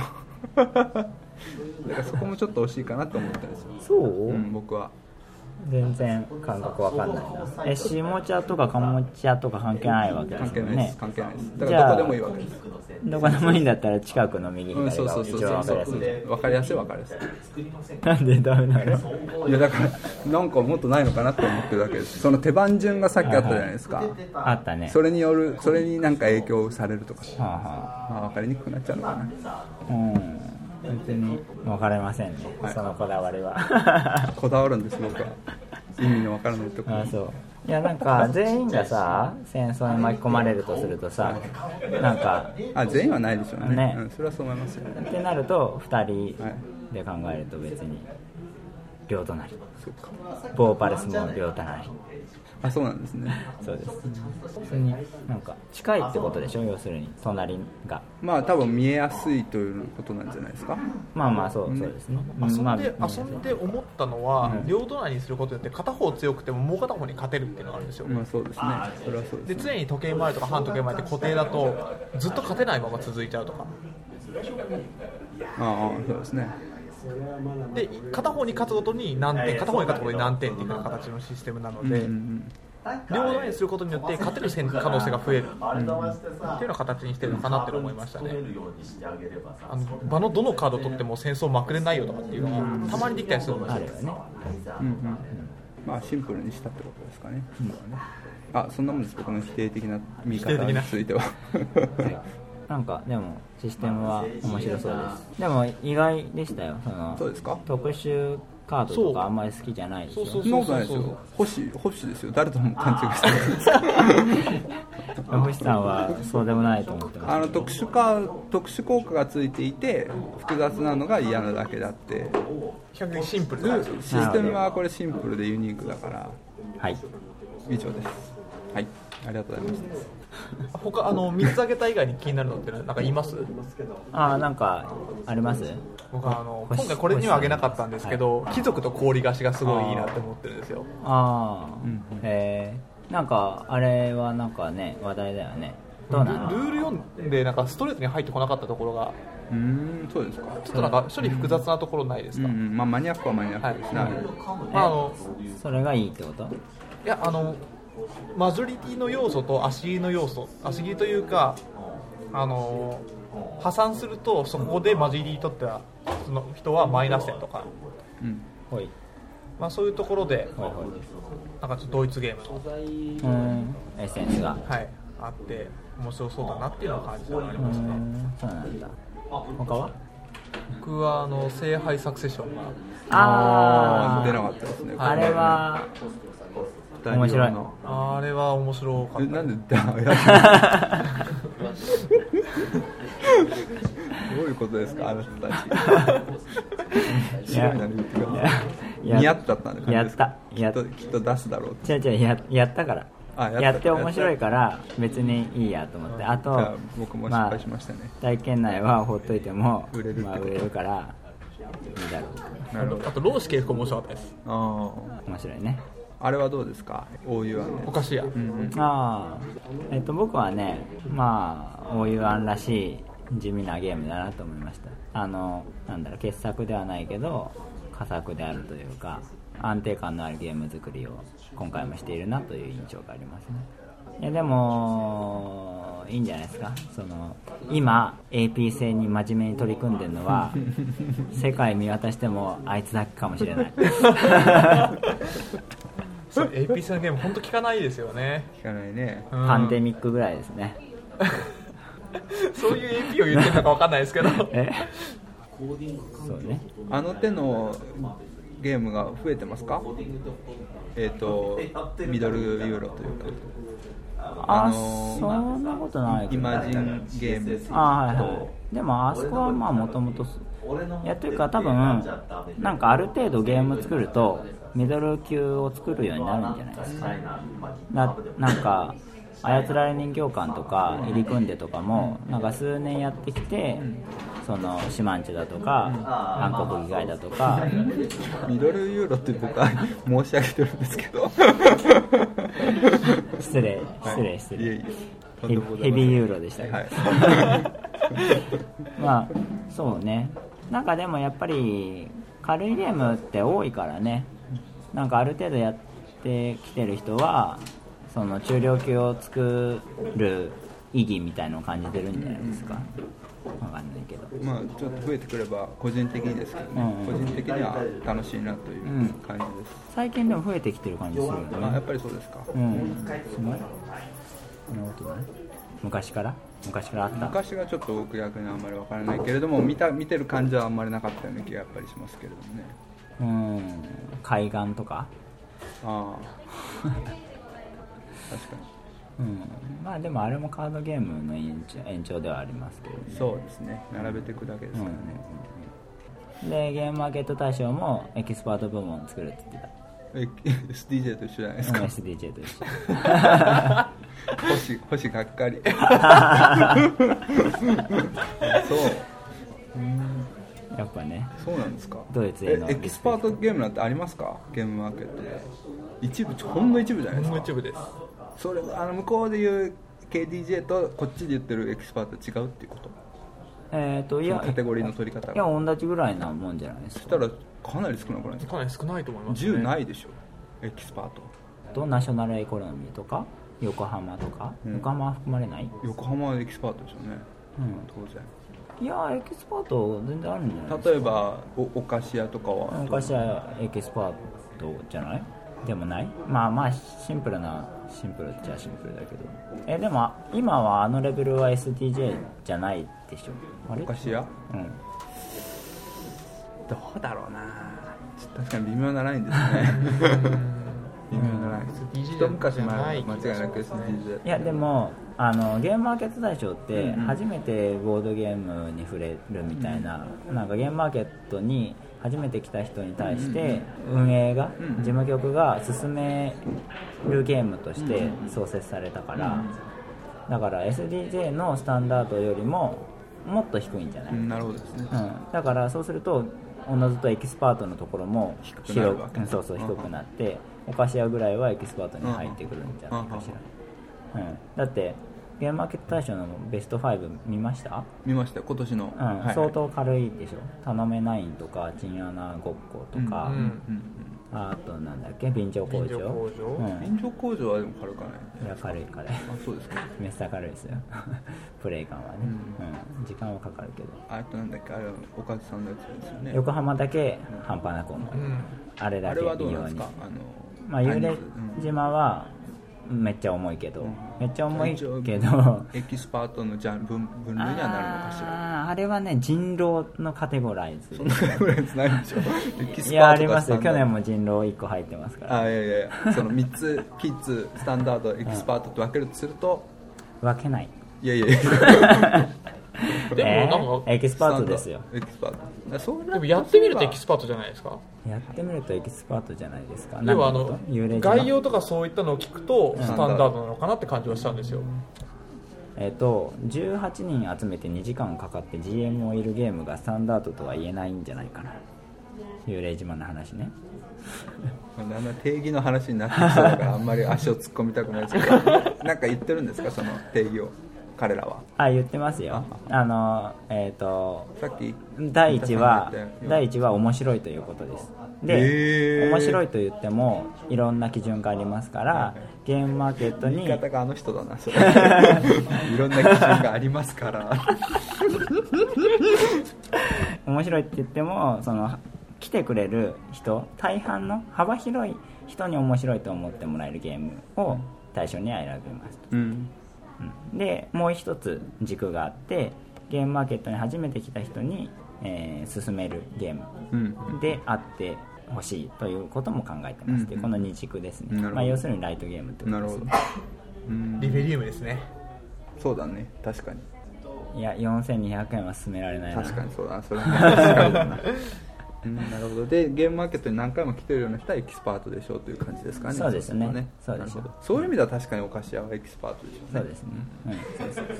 Speaker 1: だからそこもちょっと惜しいかなと思ったんですよ、
Speaker 2: そう、
Speaker 1: うん、僕は
Speaker 2: 全然感覚わかんないなえ下茶とか鴨茶とか関係ないわけで
Speaker 1: 関
Speaker 2: す
Speaker 1: 係
Speaker 2: よ
Speaker 1: ないです、
Speaker 2: ね
Speaker 1: 関係ないですだ
Speaker 2: じ
Speaker 1: か
Speaker 2: ゃ
Speaker 1: ら
Speaker 2: あ
Speaker 1: どこでもいいわけです
Speaker 2: どこでもいいんだったら近くの右
Speaker 1: うん、そ
Speaker 2: 左
Speaker 1: う
Speaker 2: が
Speaker 1: そうそう
Speaker 2: 一
Speaker 1: そ
Speaker 2: 番わ
Speaker 1: う
Speaker 2: か
Speaker 1: そ
Speaker 2: り
Speaker 1: う
Speaker 2: やすいじ
Speaker 1: 分かりやすい分かりやすい
Speaker 2: ゃんなんでダメなの
Speaker 1: いやだからなんかもっとないのかなって思ってるだけですその手番順がさっきあったじゃないですか、
Speaker 2: (laughs) あったね
Speaker 1: それによるそれになんか影響されるとか
Speaker 2: はあは
Speaker 1: まあ分かりにくくなっちゃうのかな
Speaker 2: あうん
Speaker 1: 別に
Speaker 2: 分かりませんね、
Speaker 1: はい
Speaker 2: そのこだわ
Speaker 1: (laughs)
Speaker 2: りは
Speaker 1: こだわるんです (laughs) 僕は意味のわからないところ
Speaker 2: あそういやなんか全員がさ戦争に巻き込まれるとするとさなんか
Speaker 1: あ全員はないでしょうね
Speaker 2: ね
Speaker 1: うん、それはそう思いますよ
Speaker 2: ってなると2人
Speaker 1: はい
Speaker 2: で考えると別に両隣
Speaker 1: そうか
Speaker 2: ボーパルスも両隣
Speaker 1: あそうなんですね
Speaker 2: そうです普通になんか近いってことでしょ要するに隣が
Speaker 1: まあ多分見えやすいということなんじゃないですか
Speaker 2: まあまあそうそうですね、
Speaker 3: 遊
Speaker 2: うんまあ
Speaker 3: んで遊んで思ったのは両隣にすることによって片方強くてももう片方に勝てるっていうのがあるんですよ
Speaker 1: まあそうですねそれはそう
Speaker 3: で
Speaker 1: ですね
Speaker 3: 常に時計回りとか反時計回りって固定だとずっと勝てないまま続いちゃうとか
Speaker 1: ああそうですね
Speaker 3: で片方に勝つごとに何点片方に勝つごとに何点っていうような形のシステムなの
Speaker 1: うん
Speaker 3: で、
Speaker 1: うんうん
Speaker 3: 両隣にすることによって勝てる選可能性が増えるって
Speaker 4: あれ騙して
Speaker 3: いうよ
Speaker 4: さ
Speaker 3: うな形にしてるのかなって思いましたね
Speaker 4: 取れるようにしてあげればさ
Speaker 3: あの場のどのカード取っても戦争まくれないよとかっていうのがたまにできたりするんで
Speaker 2: あ
Speaker 3: す
Speaker 2: るよ
Speaker 3: よ
Speaker 2: ね
Speaker 1: うんうんまあシンプルにしたってことですかね、あそんなもんです僕の否定的な見方
Speaker 3: 否定的
Speaker 1: に
Speaker 3: な
Speaker 1: ついては
Speaker 2: なんかでもシステムは面白そうですでも意外でしたよその
Speaker 1: (laughs) そうですか
Speaker 2: 特殊カードと
Speaker 3: そう
Speaker 2: かあんまり好きじゃないですよ
Speaker 3: そう
Speaker 1: そんなことないですよ星星ですよ誰とも勘違いしてないです
Speaker 2: 星さんはそうでもないと思ってます
Speaker 1: あの特殊か特殊効果がついていて複雑なのが嫌なだけだって
Speaker 3: 比較的シンプルなんですよ
Speaker 1: システムはこれシンプルでユニークだから
Speaker 2: はい
Speaker 1: 以上ですはいありがとうございました
Speaker 3: 他あの3つ挙げた以外に気になるのってなんか言います
Speaker 2: ああなんかあります
Speaker 3: 僕はあの
Speaker 2: 星
Speaker 3: 今回これには挙げなかったんですけど貴族と氷菓子がすごいいいなって思ってるんですよ
Speaker 2: ああ、
Speaker 1: ん
Speaker 2: えー、なんかあれはなんかね話題だよねどうなの
Speaker 3: ルール読んでなんかストレートに入ってこなかったところが
Speaker 1: うーんそうですか
Speaker 3: ちょっとなんか処理複雑なところないです
Speaker 1: うん
Speaker 3: か、
Speaker 1: うんまあマニアックはマニアックですね、
Speaker 3: は
Speaker 1: あれ
Speaker 3: まあ、あの
Speaker 2: それがいいってこと
Speaker 3: いやあのマジョリティの要素と足切りの要素足切りというかあの破産するとそこでマジョリティにとってはその人はマイナス点とか、
Speaker 1: うん
Speaker 2: ほい
Speaker 3: まあ、そういうところで
Speaker 2: ほいほい
Speaker 3: なんかちょっとドイツゲーム
Speaker 2: う
Speaker 3: の、
Speaker 2: んエッセンスが
Speaker 3: はい、あって面白そうだなっていうのを感じたのがあり
Speaker 2: う
Speaker 3: ますね、
Speaker 2: んそうなんだ他は
Speaker 3: 僕はあの聖杯サクセションが
Speaker 2: あ
Speaker 1: 出なかったですね
Speaker 2: ああれは
Speaker 1: 二人用の
Speaker 3: あれは面白か
Speaker 1: え
Speaker 3: った
Speaker 1: なんでだどういうことですかあなたたち白いな言ってください似合っちゃったんで
Speaker 2: やったやっ
Speaker 1: きっときっと出すだろうと
Speaker 2: 違う違うややったから
Speaker 1: あやった
Speaker 2: やって面白いから別にいいやと思ってあと
Speaker 1: じゃあ僕も失敗しましたね、
Speaker 2: あ体験内はほっといても
Speaker 1: 売れるってこと
Speaker 2: まあ、売れるからいいだろ
Speaker 1: なるほど
Speaker 3: あと老子系服面白かったです
Speaker 1: あ
Speaker 2: う面白いね
Speaker 1: ーあれはどうですか大湯はね
Speaker 3: おかしいや、
Speaker 2: ああえっと僕はねまあ大湯庵らしい地味なゲームだなと思いましたあのなんだろう傑作ではないけど佳作であるというか安定感のあるゲーム作りを今回もしているなという印象がありますねいやでもいいんじゃないですかその今 AP 制に真面目に取り組んでるのは世界見渡してもあいつだけかもしれない
Speaker 3: そう AP さんのゲーム本当聞かないですよね、
Speaker 1: 聞かないね
Speaker 3: うん
Speaker 2: パンデミックぐらいですね
Speaker 3: そういう AP を言ってるのかわかんないですけ (laughs) ど
Speaker 2: えそうね
Speaker 1: あの手のゲームが増えてますかえっ、とミドルユーロというか
Speaker 2: あ
Speaker 1: あのー
Speaker 2: そんなことないけ
Speaker 1: イ
Speaker 2: ど
Speaker 1: マジンゲーム
Speaker 2: あはいはいでもあそこはまあもともといやというか多分なんかある程度ゲーム作るとミドル級を作るようになるんじゃないですかななんか操られ人形館とか入り組んでとかもなんか数年やってきてそのシマンチュだとか韓国議会だとか
Speaker 1: ミドルユーロって僕は (laughs) 申し上げてるんですけど
Speaker 2: 失礼失礼失
Speaker 1: いえい
Speaker 2: 礼
Speaker 1: えとん
Speaker 2: ヘ
Speaker 1: で
Speaker 2: ビ
Speaker 1: もございま
Speaker 2: ヘ
Speaker 1: せん
Speaker 2: ビーユーロでしたけど
Speaker 1: はい
Speaker 2: まあそうねなんかでもやっぱり軽いゲームって多いからねなんかある程度やってきてる人はその中量級を作る意義みたいのを感じてるんじゃないですかわかんないけど
Speaker 1: (laughs) まあちょっと増えてくれば個人的にですけどね、
Speaker 2: うん
Speaker 1: 個人的には楽しいなという
Speaker 2: うん
Speaker 1: 感じです、
Speaker 2: 最近でも増えてきてる感じするよ
Speaker 1: あや
Speaker 2: ね
Speaker 1: っぱりそうですか
Speaker 2: うんすごいそんなことない昔から昔からあった
Speaker 1: 昔がちょっと僕逆にあんまりわからないけれども見た見てる感じはあんまりなかったような気がやっぱりしますけれどもね
Speaker 2: うん海岸とか
Speaker 1: ああ確か
Speaker 2: うんまあでもあれもカードゲームの延長延長ではありますけどね
Speaker 1: にそうですね並べていくだけですからね、
Speaker 2: でゲームマーケット大賞もエキスパート部門作るって言って
Speaker 1: え SDJ と一緒じゃないです
Speaker 2: た
Speaker 1: か
Speaker 2: SDJ と一緒
Speaker 1: 星星がっか (laughs) りそう
Speaker 2: やっぱね
Speaker 1: そうなんですか
Speaker 2: ドイツへの
Speaker 1: えエキスパートゲームなんてありますかゲームマーケットで一部ちょほんの一部じゃないです
Speaker 3: ほん
Speaker 1: か
Speaker 3: の一部です
Speaker 1: それあの向こうで言う KDJ とこっちで言ってるエキスパート違うっていうこと
Speaker 2: えっ、とい
Speaker 1: その
Speaker 2: や
Speaker 1: カテゴリーの取り方
Speaker 2: いや
Speaker 1: が
Speaker 2: 同じぐらいなもんじゃないです
Speaker 1: そし
Speaker 2: か
Speaker 1: たらかなり少なくないですか
Speaker 3: かなり少ないと思います、ね、
Speaker 1: 10ないでしょエキスパート
Speaker 2: とナショナルエコノミーとか横浜とか、
Speaker 1: うん
Speaker 2: 横浜は含まれない、
Speaker 1: 横浜はエキスパートでしょうね
Speaker 2: う
Speaker 1: 当然
Speaker 2: ん、いやエキスパート全然あるんじゃないですか
Speaker 1: 例えばおお菓子屋とかは
Speaker 2: 昔はエキスパートじゃないでもないまあまあシンプルなシンプルっちゃシンプルだけどえでも今はあのレベルは SDJ じゃないでしょあれ
Speaker 1: お菓子屋
Speaker 2: うん
Speaker 1: どうだろうなちょっと確かに微妙なラインです
Speaker 2: (laughs)
Speaker 1: ね微妙なライン
Speaker 3: SDGs
Speaker 1: 一昔前は
Speaker 3: じゃない気
Speaker 1: 間
Speaker 3: がします
Speaker 1: 違いなく SDGs だった
Speaker 2: いやでもあのゲームマーケット大賞って初めてボードゲームに触れるみたいな,、なんかゲームマーケットに初めて来た人に対して運営が、
Speaker 1: うん
Speaker 2: 事務局が進めるゲームとして創設されたから、だから SDJ のスタンダードよりももっと低いんじゃない、
Speaker 1: う
Speaker 2: うん
Speaker 1: んなるほどですね
Speaker 2: だからそうするとおのずとエキスパートのところも
Speaker 1: くなるわ
Speaker 2: 広
Speaker 1: け
Speaker 2: くうんそうそう低くなってお菓子屋ぐらいはエキスパートに入ってくるんじゃないかしら、うん、だってゲームマーケット大賞のベスト5見ました、
Speaker 1: 見ました今年の
Speaker 2: うん
Speaker 1: はいはい
Speaker 2: 相当軽いでしょ「頼めないん」とか「チンアナごっこ」とか、
Speaker 3: うん
Speaker 1: うん
Speaker 2: あとなんだっけ「便乗工場」
Speaker 3: 便乗工場
Speaker 1: うん
Speaker 2: う
Speaker 1: 臨場工場はでも軽かない
Speaker 2: ん、いや軽い (laughs) から
Speaker 1: あそうですか
Speaker 2: めっちゃ軽いですよ (laughs) プレイ感はね、うん時間はかかるけど、
Speaker 1: あとなんだっけあれはおかずさんのやつですよね
Speaker 2: 横浜だけ半端なく重い、
Speaker 3: うん
Speaker 2: あれだ
Speaker 1: あ
Speaker 2: け
Speaker 1: れ
Speaker 2: 異
Speaker 1: はどうなん
Speaker 2: 様
Speaker 1: です
Speaker 2: に
Speaker 1: かあの
Speaker 2: まあ幽
Speaker 1: 大
Speaker 2: 霊
Speaker 1: 人数うん
Speaker 2: 島はめっちゃ重いけど、
Speaker 1: うん
Speaker 2: めっちゃ重い
Speaker 1: 一応
Speaker 2: けど
Speaker 1: エキスパートのジャン分分類にはなるのかしら
Speaker 2: あーあれはね人狼のカテゴライズ
Speaker 1: そんなぐらいつないでしょエキスパートが
Speaker 2: いやありますよ
Speaker 1: スタンダ
Speaker 2: 去
Speaker 1: ード
Speaker 2: 年も人狼1個入ってますから
Speaker 1: あいやいやいやその3つキッズスタンダードエキスパートと分けるとすると
Speaker 2: 分けない
Speaker 1: いやいやいや
Speaker 3: で
Speaker 2: (laughs)
Speaker 3: も
Speaker 2: え
Speaker 3: なんか
Speaker 2: ーエキスパートですよ
Speaker 1: スタンダードエキスパートだからそうなると
Speaker 3: でもやってみるとエキスパートじゃないですか
Speaker 2: やってみるとエキスパートじゃないですか
Speaker 3: 要はあ
Speaker 2: なんて
Speaker 3: の
Speaker 2: こと幽霊島
Speaker 3: 概要とかそういったのを聞くとスタンダードなのかなって感じはしたんですよ
Speaker 2: えっ、と18人集めて2時間かかって GM をいるゲームがスタンダードとは言えないんじゃないかな幽霊島の話ね
Speaker 1: まあだんだん定義の話になってきそうだからあんまり足を突っ込みたくないですけどなんか言ってるんですかその定義を彼らは
Speaker 2: あ言ってますよあのえっ、と
Speaker 1: さっき
Speaker 2: 第1
Speaker 1: 三田さんが言っ
Speaker 2: 話
Speaker 1: たよ
Speaker 2: 第一話面白いということです
Speaker 1: へ
Speaker 2: で、
Speaker 1: ー
Speaker 2: 面白いと言ってもいろんな基準がありますからゲームマーケット
Speaker 1: 言い
Speaker 2: に
Speaker 1: 方があの人だなそれ (laughs) いろんな基準がありますから
Speaker 2: 面白いって言ってもその来てくれる人大半の幅広い人に面白いと思ってもらえるゲームを対象に選びますと、
Speaker 1: (laughs) うん
Speaker 2: うんでもう一つ軸があってゲームマーケットに初めて来た人に、えー進めるゲーム
Speaker 1: うん
Speaker 2: であってほしいということも考えてますって、
Speaker 1: うん
Speaker 2: この2軸です
Speaker 1: な
Speaker 2: ね
Speaker 1: るほ、ど
Speaker 2: まあ、要するにライトゲームってこ
Speaker 1: な
Speaker 2: と
Speaker 1: る
Speaker 2: で
Speaker 1: ほ
Speaker 2: す
Speaker 1: ど
Speaker 2: ね
Speaker 1: うん
Speaker 3: リベリウムですね
Speaker 1: そうだね確かに
Speaker 2: いや4200円は進められないな
Speaker 1: 確かにそうだなそれは確かにだ (laughs) なうんなるほどでゲームマーケットに何回も来てるような人はエキスパートでしょうという感じですかね
Speaker 2: そうですねそう
Speaker 1: な
Speaker 2: で
Speaker 1: る
Speaker 2: す
Speaker 1: ほどそういう意味では確かにお菓子屋はエキスパートでしょう
Speaker 2: そ
Speaker 1: ね
Speaker 2: うですね、うん、そうそう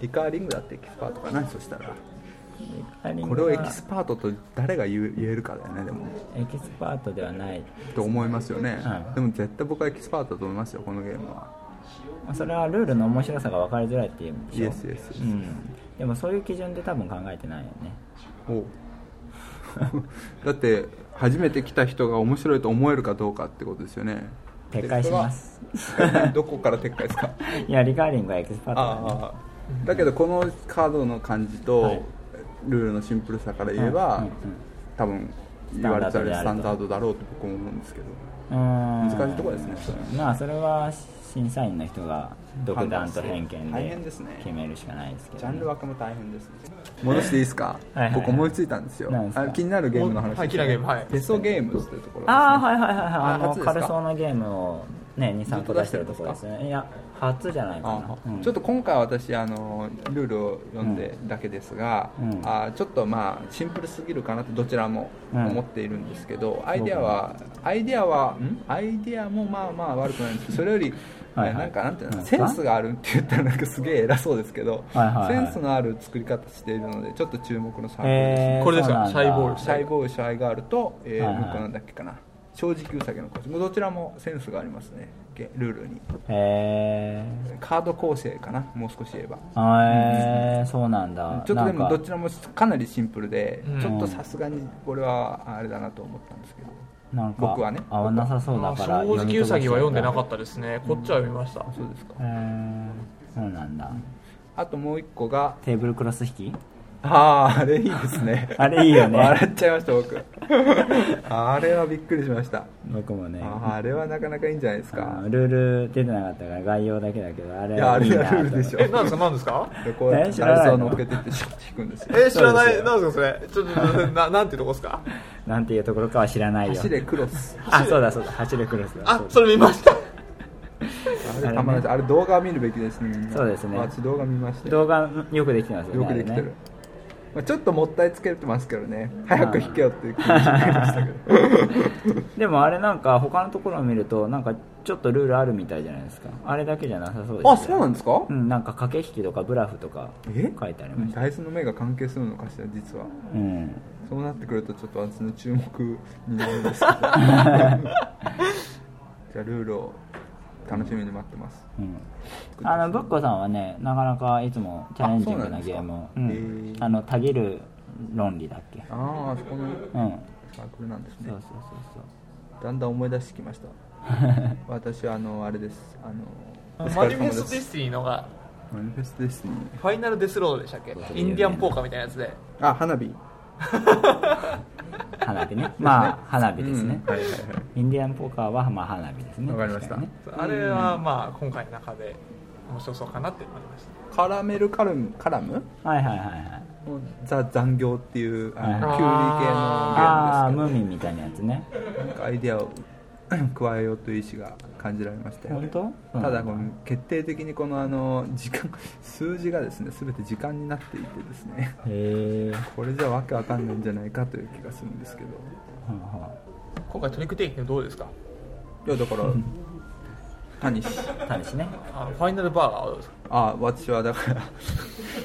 Speaker 1: リカーリングだってエキスパートかなそしたら
Speaker 2: そう
Speaker 1: これをエキスパートと誰が言う言えるかだよねでも
Speaker 2: エキスパートではない
Speaker 1: と思いますよね、
Speaker 2: はい
Speaker 1: でも絶対僕はエキスパートだと思いますよこのゲームは
Speaker 2: それはルールの面白さが分かりづらいっていうで
Speaker 1: イ
Speaker 2: しょ
Speaker 1: エスイエスイエス
Speaker 2: うん、でもそういう基準で多分考えてないよね
Speaker 1: おう (laughs) だって初めて来た人が面白いと思えるかどうかってことですよ
Speaker 2: (laughs)
Speaker 1: ね
Speaker 2: 撤回
Speaker 1: (laughs)
Speaker 2: します
Speaker 1: それはどこから撤回ですか
Speaker 2: いやリカーリングはエキスパートだね
Speaker 1: ああだけどこのカードの感じと、
Speaker 2: はい
Speaker 1: ルールのシンプルさから言えば、
Speaker 2: うんうん
Speaker 1: 多分言われたらスタンダード
Speaker 2: ド
Speaker 1: だろうと僕も思うんですけど
Speaker 2: 難
Speaker 1: 難しいところですねそれは
Speaker 2: まあそれは審査員の人が独断と偏見
Speaker 1: 大
Speaker 2: で
Speaker 1: 変ですね
Speaker 2: 決めるしかないですけど
Speaker 1: ジャンル分けも大変ですね戻していいですか
Speaker 2: はいはいはい
Speaker 1: 僕思いついたんですよ
Speaker 2: 何ですか
Speaker 1: あ気になるゲームの話
Speaker 3: はい、キラゲーム、はい。
Speaker 1: ベソゲームズというところですね
Speaker 2: ああはいはいはいはいあ
Speaker 1: 初
Speaker 2: の
Speaker 1: ですか
Speaker 2: 軽そうなゲームをね23個出してるところですねいや初じゃないか
Speaker 1: あ
Speaker 2: な、うん
Speaker 1: ちょっと今回私あのルールを読んでだけですが、
Speaker 2: うん
Speaker 1: あちょっとまあシンプルすぎるかなとどちらも
Speaker 2: うん
Speaker 1: 思っているんですけど、アイデアはアイデアはんアイデアもまあまあ悪くないんですけどそれより
Speaker 2: はいはい
Speaker 1: なんかなんていう
Speaker 2: なん
Speaker 1: の
Speaker 2: か
Speaker 1: センスがあるって言ったらなんかすげえ偉そうですけど、
Speaker 2: はいはいはい
Speaker 1: センスのある作り方しているのでちょっと注目のサークルですね、
Speaker 2: えー
Speaker 3: これですか
Speaker 2: そうなんだ
Speaker 3: シャイボール
Speaker 1: シャイボーイシャイガールと、えー
Speaker 2: はいはい
Speaker 1: もう一個なんだっけかな正直うさげの子どちらもセンスがありますねゲルールに
Speaker 2: へえ
Speaker 1: カード構成かなもう少し言えば
Speaker 2: あえそうなんだ
Speaker 1: ちょっとでも
Speaker 2: なんか
Speaker 1: どちらもかなりシンプルで、
Speaker 3: うん
Speaker 1: ちょっとさすがにこれはあれだなと思ったんですけど、
Speaker 2: なんか
Speaker 1: 僕はね
Speaker 2: 合わなさそうだ
Speaker 3: まあ
Speaker 2: か
Speaker 3: 正
Speaker 2: ら
Speaker 3: 直ウサギは読んでなか
Speaker 2: っ
Speaker 3: ったですね。こっちは読みました。
Speaker 1: そうですか
Speaker 2: たへえそうなんだ
Speaker 1: あともう一個が
Speaker 2: テーブルクロス引き
Speaker 1: あああれいいですね
Speaker 2: (laughs) あれいいよね
Speaker 1: 笑っちゃいました僕
Speaker 2: (laughs)
Speaker 1: あれはびっくりしました
Speaker 2: 僕もね
Speaker 1: あーあれはなかなかいいんじゃないです
Speaker 2: あ
Speaker 1: か
Speaker 2: ールール出てなかったから概要だけだけどあれ
Speaker 1: いやあれ
Speaker 2: いいな
Speaker 1: はルールでしょ
Speaker 3: え、なんですか、なんですか
Speaker 1: でこうやって
Speaker 2: え知らない
Speaker 1: ダイ
Speaker 2: の
Speaker 1: ソー乗っけてってシュッて引くんですよ
Speaker 3: え、知らない、なんですか、それ。ちょっと、ななんていうとこですか
Speaker 2: なんていうところかは知らないよ
Speaker 1: 走れクロス
Speaker 2: あそうだそうだ走れクロスだ
Speaker 3: あ
Speaker 2: そ、うだ
Speaker 3: それ見ました。
Speaker 1: あれたまらないですあれ動画見るべきですねみんな
Speaker 2: そうですね
Speaker 1: 私動画見ましたよ
Speaker 2: 動画よくできてますよね
Speaker 1: よくできて
Speaker 2: あれ
Speaker 1: る、
Speaker 2: ね
Speaker 1: まあ、ちょっともったいつけてますけどね早く引けよっていう気持ちになりましたけど
Speaker 2: (laughs) でもあれなんか他のところを見るとなんかちょっとルールあるみたいじゃないですかあれだけじゃなさそうですよ
Speaker 1: あそうなんですか、
Speaker 2: うんなんか駆け引きとかブラフとか
Speaker 1: え
Speaker 2: 書いてありました
Speaker 1: ダイスの目が関係するのかしら実は
Speaker 2: うん
Speaker 1: そうなってくるとちょっと私の注目になるん (laughs) ですけどじゃあルールを楽しみに待ってます
Speaker 2: うんあのブッコさんはねなかなかいつもチャレンジングなゲームを
Speaker 1: あそうなんですかへー
Speaker 2: あのたぎる論理だっけ
Speaker 1: ああそこの
Speaker 2: うん
Speaker 1: サークルなんです
Speaker 2: そう
Speaker 1: ね
Speaker 2: そうそうそう
Speaker 1: だんだん思い出してきました私はあのあれですあのお
Speaker 3: マ
Speaker 1: 疲れ
Speaker 3: ニフ
Speaker 1: 様
Speaker 3: ェ
Speaker 1: で
Speaker 3: ストディス
Speaker 1: す
Speaker 3: ティニーのが、
Speaker 1: マニフェストディスティニー
Speaker 3: ファイナルデスロードでしたっけインディアンポーカーみたいなやつで。
Speaker 1: あ花火
Speaker 2: (laughs) 花火ねまあ花火ですね、
Speaker 1: うんはいはいはい
Speaker 2: インディアンポーカーはまあ花火ですね
Speaker 1: わかりました
Speaker 2: 確にね
Speaker 3: あれは、まあ、今回の中で面白そうかなって思いました。
Speaker 1: カラメルカルムカラム
Speaker 2: はいはいはいはい
Speaker 1: ザ残業っていうあの
Speaker 2: は
Speaker 1: キュ
Speaker 2: ああ
Speaker 1: ウリ系のゲームですけど
Speaker 2: ムーミンみたいなやつね
Speaker 1: なんかアイデアを加えようという意思が感じられましたよ
Speaker 2: 本
Speaker 1: ね
Speaker 2: 当
Speaker 1: ただこの決定的にこのあの時間数字がですね全て時間になっていてですね
Speaker 2: へえ
Speaker 1: これじゃわけわかんないんじゃないかという気がするんですけど
Speaker 3: 今回トリックテイキングどうですか
Speaker 1: いやだからタニシ
Speaker 2: 試しね
Speaker 3: あのファイナルバーガーはどうですか
Speaker 1: あ私はだから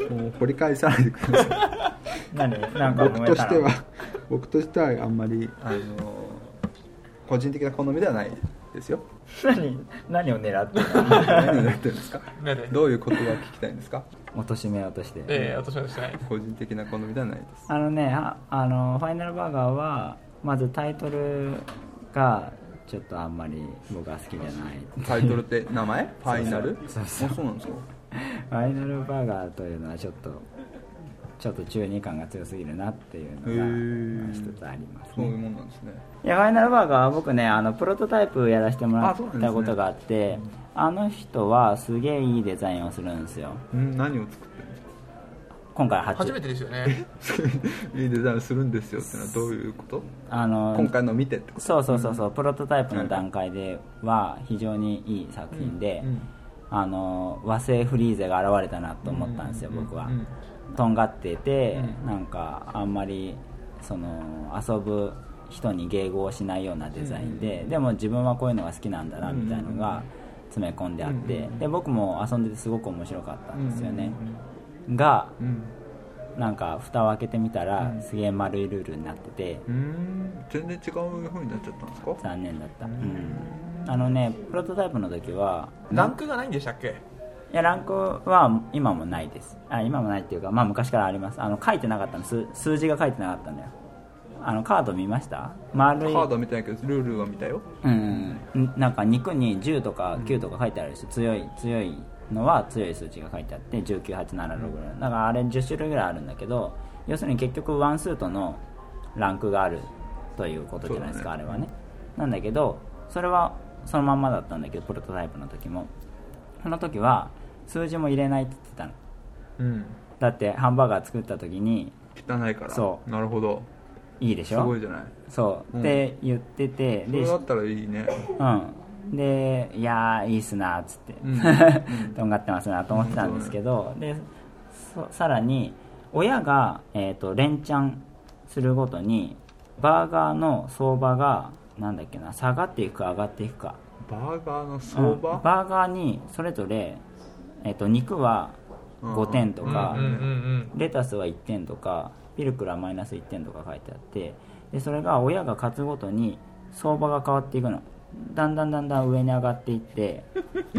Speaker 1: もう掘り返さないでください
Speaker 2: 何なんか
Speaker 1: 僕
Speaker 2: 燃え
Speaker 1: と
Speaker 2: た
Speaker 1: し
Speaker 2: ら
Speaker 1: ては僕としてはあんまりあの個人的な好みではないですよ
Speaker 2: 何何を狙 (laughs) ってるの
Speaker 1: 何をやってるんですか
Speaker 3: ね
Speaker 1: (laughs)
Speaker 3: え
Speaker 1: どういうことが聞きたいんですか
Speaker 2: 落としめようとして
Speaker 3: ええ、私はしてないです。
Speaker 1: 個人的な好みではないです
Speaker 2: あのねああのファイナルバーガーはまずタイトルがちょっとあんまり僕は好きじゃ (laughs) ない
Speaker 1: タイトルって名 (laughs) 前ファイナル
Speaker 2: そうそう
Speaker 1: あそうなんですか
Speaker 2: ファイナルバーガーというのはちょっとちょっと中二感が強すぎるなっていう
Speaker 1: へー
Speaker 2: のが一つあります
Speaker 1: そういう
Speaker 2: ね
Speaker 1: もんなんですね
Speaker 2: いやファイナルバーガーは僕ねあのプロトタイプやらせてもら
Speaker 1: あそう
Speaker 2: っ
Speaker 1: なんです
Speaker 2: た
Speaker 1: ね
Speaker 2: ことがあってあ,、の人はすげえいいデザインをするんですよ
Speaker 1: うん何を作ってるん
Speaker 2: 今回初
Speaker 3: 初めてですよね。
Speaker 1: ですかいいデザインするんですよってのはどういうこと
Speaker 2: あの
Speaker 1: 今回の見てってこ
Speaker 2: そうそうそうそうプロトタイプの段階では非常にいい作品で、
Speaker 1: うんうん
Speaker 2: あの和製フリーゼが現れたなと思ったんですよ、僕は、とんがってて、なんかあんまりその遊ぶ人に迎合しないようなデザインで、でも自分はこういうのが好きなんだなみたいなのが詰め込んであって、で僕も遊んでてすごく面白かったんですよね、が
Speaker 1: とうん
Speaker 2: なんか蓋を開けてみたら、すげえ丸いルールになってて、
Speaker 1: うーん全然違う風になっちゃったんですか
Speaker 2: 残念だった、うん、あのねプロトタイプの時は
Speaker 3: ランクがないんでしたっけ
Speaker 2: いやランクは今もないですあ今もないっていうか、まあ、昔からありますあの書いてなかったの数数字が書いてなかったんだよあのカード見ました丸い
Speaker 1: カードは見てないけどルールは見たよ
Speaker 2: うんんなんか肉に10とか9とか書いてあるでしょ強い強いのは強い数値が書いてあって19876ぐらいだからあれ10種類ぐらいあるんだけど要するに結局ワンスートのランクがあるということじゃないですか、
Speaker 1: そ
Speaker 2: あ
Speaker 1: うだ
Speaker 2: れ
Speaker 1: ね
Speaker 2: はねなんだけどそれはそのまんまだったんだけどプロトタイプの時もその時は数字も入れないって言ってたの
Speaker 3: うん
Speaker 2: だってハンバーガー作った時に
Speaker 1: 汚いから
Speaker 2: そう
Speaker 1: なるほど
Speaker 2: いいでし
Speaker 1: すご
Speaker 2: ょ
Speaker 1: いじゃない
Speaker 2: そ
Speaker 1: う
Speaker 2: う、
Speaker 1: ん
Speaker 2: って言ってて
Speaker 1: それ
Speaker 2: で
Speaker 1: だったらいいね
Speaker 2: うん、でいやーいいっすなーっつって、
Speaker 1: うん
Speaker 2: (laughs) とんがってますなと思ってたんですけど、でそさらに親が、えー、と連チャンするごとにバーガーの相場がなんだっけな下がっていくか上がっていくか
Speaker 1: バーガーの相
Speaker 2: うん
Speaker 1: 場、
Speaker 2: バーガーにそれぞれ、えー、と肉は
Speaker 1: うん
Speaker 2: 5点とか、
Speaker 3: うんうんうん
Speaker 2: レタスは1点とかピルクルはマイナス1点とか書いてあってでそれが親が勝つごとに相場が変わっていくのだんだんだんだん上に上がっていって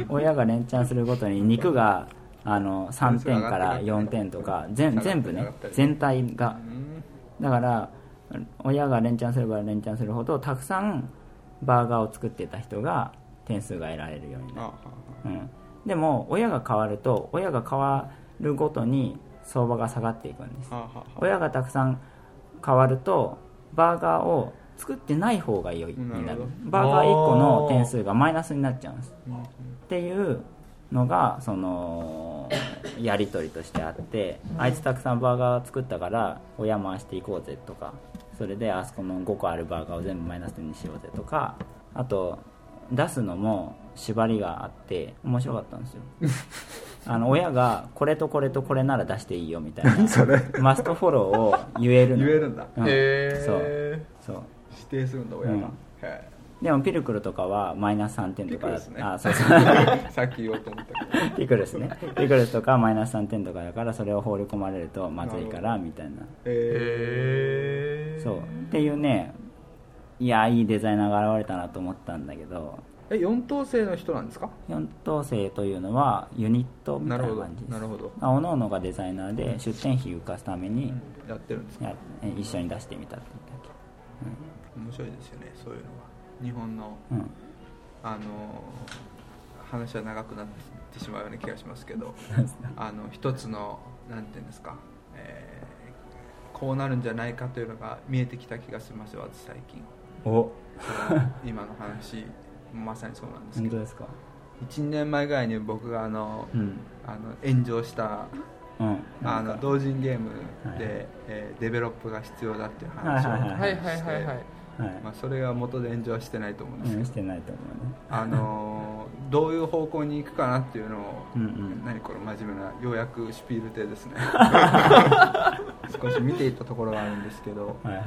Speaker 2: 親が連チャンするごとに肉があの3点から4点とか全全部ね全体が
Speaker 1: うん
Speaker 2: だから親が連チャンすれば連チャンするほどたくさんバーガーを作ってた人が点数が得られるようになる
Speaker 1: あ
Speaker 2: うん、でも親が変わると親が変わるごとに相場が下がっていくんです
Speaker 1: あああああ
Speaker 2: 親がたくさん変わるとバーガーを作ってない方が良いに
Speaker 1: な
Speaker 2: な
Speaker 1: る
Speaker 2: る
Speaker 1: ほど
Speaker 2: バーガー1個の点数がマイナスになっちゃうんです
Speaker 1: うん
Speaker 2: っていうのがそのやり取りとしてあってあいつたくさんバーガー作ったから親回していこうぜとかそれであそこの5個あるバーガーを全部マイナス点にしようぜとかあと出すのも縛りがあって面白かったん
Speaker 1: (laughs)
Speaker 2: ですよあの親がこれとこれとこれなら出していいよみたいな
Speaker 1: 何それ
Speaker 2: マストフォローを言える
Speaker 1: 言え
Speaker 2: の
Speaker 1: るんだ
Speaker 2: うん
Speaker 3: へ
Speaker 2: そうそう
Speaker 1: 指定するんだ親が、
Speaker 2: うん
Speaker 1: へえ
Speaker 2: でもピルクルとかはマイナス3点とか
Speaker 1: ピク
Speaker 2: だ
Speaker 1: ルスね
Speaker 2: あそうそう
Speaker 1: (laughs) さっき言おうと思ったけど
Speaker 2: (laughs) ピクルスねピクルスとかマイナス3点とかだからそれを放り込まれるとまずいからみたいな
Speaker 1: え
Speaker 3: え
Speaker 2: そうっていうねいやいいデザイナーが現れたなと思ったんだけど
Speaker 1: え4等生の人なんですか
Speaker 2: 4等生というのはユニットみた
Speaker 1: ないるほ
Speaker 2: な
Speaker 1: ど
Speaker 2: 感じで
Speaker 1: な
Speaker 2: す
Speaker 1: るほど、
Speaker 2: おのおのがデザイナーで出店費浮かすために
Speaker 1: やってるんですか
Speaker 2: や一緒に出してみたって言ったっ
Speaker 1: 面白いですよねそういうのは日本の (laughs)
Speaker 2: けうん
Speaker 1: あの話は長くなってしまうような気がしますけどあの一つのなんていうんですか、えーこうなるんじゃないかというのが見えてきた気がしますよ私最近
Speaker 2: お
Speaker 1: その今の話まさにそうなんですけ
Speaker 2: (laughs) 本当
Speaker 1: ど
Speaker 2: ですか
Speaker 1: 1年前ぐらいに僕があの、
Speaker 2: うん
Speaker 1: あの炎上した
Speaker 2: うん
Speaker 1: あの同人ゲームで、
Speaker 2: はい
Speaker 1: えーデベロップが必要だっていう話を
Speaker 2: はい
Speaker 3: はいはいはいはい
Speaker 2: はい
Speaker 1: まあ、それが元で炎上はしてないと思うんですけ
Speaker 2: う
Speaker 1: ど
Speaker 2: んしてないと思うね
Speaker 1: あのーどういう方向に行くかなっていうのを、
Speaker 2: うんうん
Speaker 1: 何これ真面目なようやくシュピール亭です
Speaker 2: (laughs)
Speaker 1: ね少し見ていったところがあるんですけど
Speaker 2: はいはい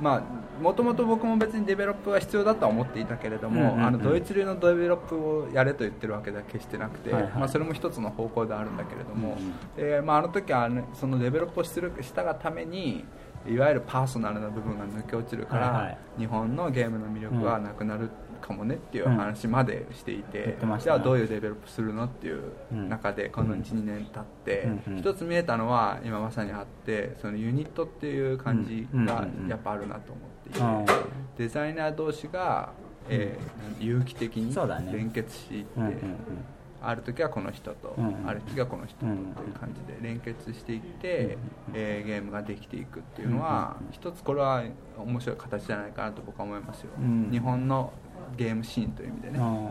Speaker 1: まあもともと僕も別にデベロップは必要だとは思っていたけれども、
Speaker 2: うんうんうん
Speaker 1: あのドイツ流のデベロップをやれと言ってるわけでは決してなくて、
Speaker 2: はいはい
Speaker 1: まあ、それも一つの方向であるんだけれども、
Speaker 2: うんうん
Speaker 1: えーまあ、あの時はあのそのデベロップを出力したがためにいわゆるパーソナルな部分が抜け落ちるから、
Speaker 2: はいはい
Speaker 1: 日本のゲームの魅力はなくなるかもねっていう話までしていて,、
Speaker 2: 言ってまし
Speaker 1: じ
Speaker 2: た
Speaker 1: ゃ
Speaker 2: ね
Speaker 1: あどういうデベロップするのっていう
Speaker 2: うん
Speaker 1: 中でこの12年経って、
Speaker 2: うんうん
Speaker 1: 一つ見えたのは今まさにあってそのユニットっていう感じがやっぱあるなと思っていて、
Speaker 2: うん
Speaker 1: デザイナー同士が、えー有機的に
Speaker 2: そうだね
Speaker 1: 連結していって、
Speaker 2: うんうん
Speaker 1: ある時はこの人と、
Speaker 2: うんうん
Speaker 1: ある時はこの人とっ
Speaker 2: う
Speaker 1: て
Speaker 2: ん
Speaker 1: いう感じで連結していって、えーゲームができていくっていうのは、一つこれは面白い形じゃないかなと僕は思いますよ、
Speaker 2: うん
Speaker 1: 日本のゲームシーンという意味で
Speaker 2: う
Speaker 1: ね、
Speaker 2: んうん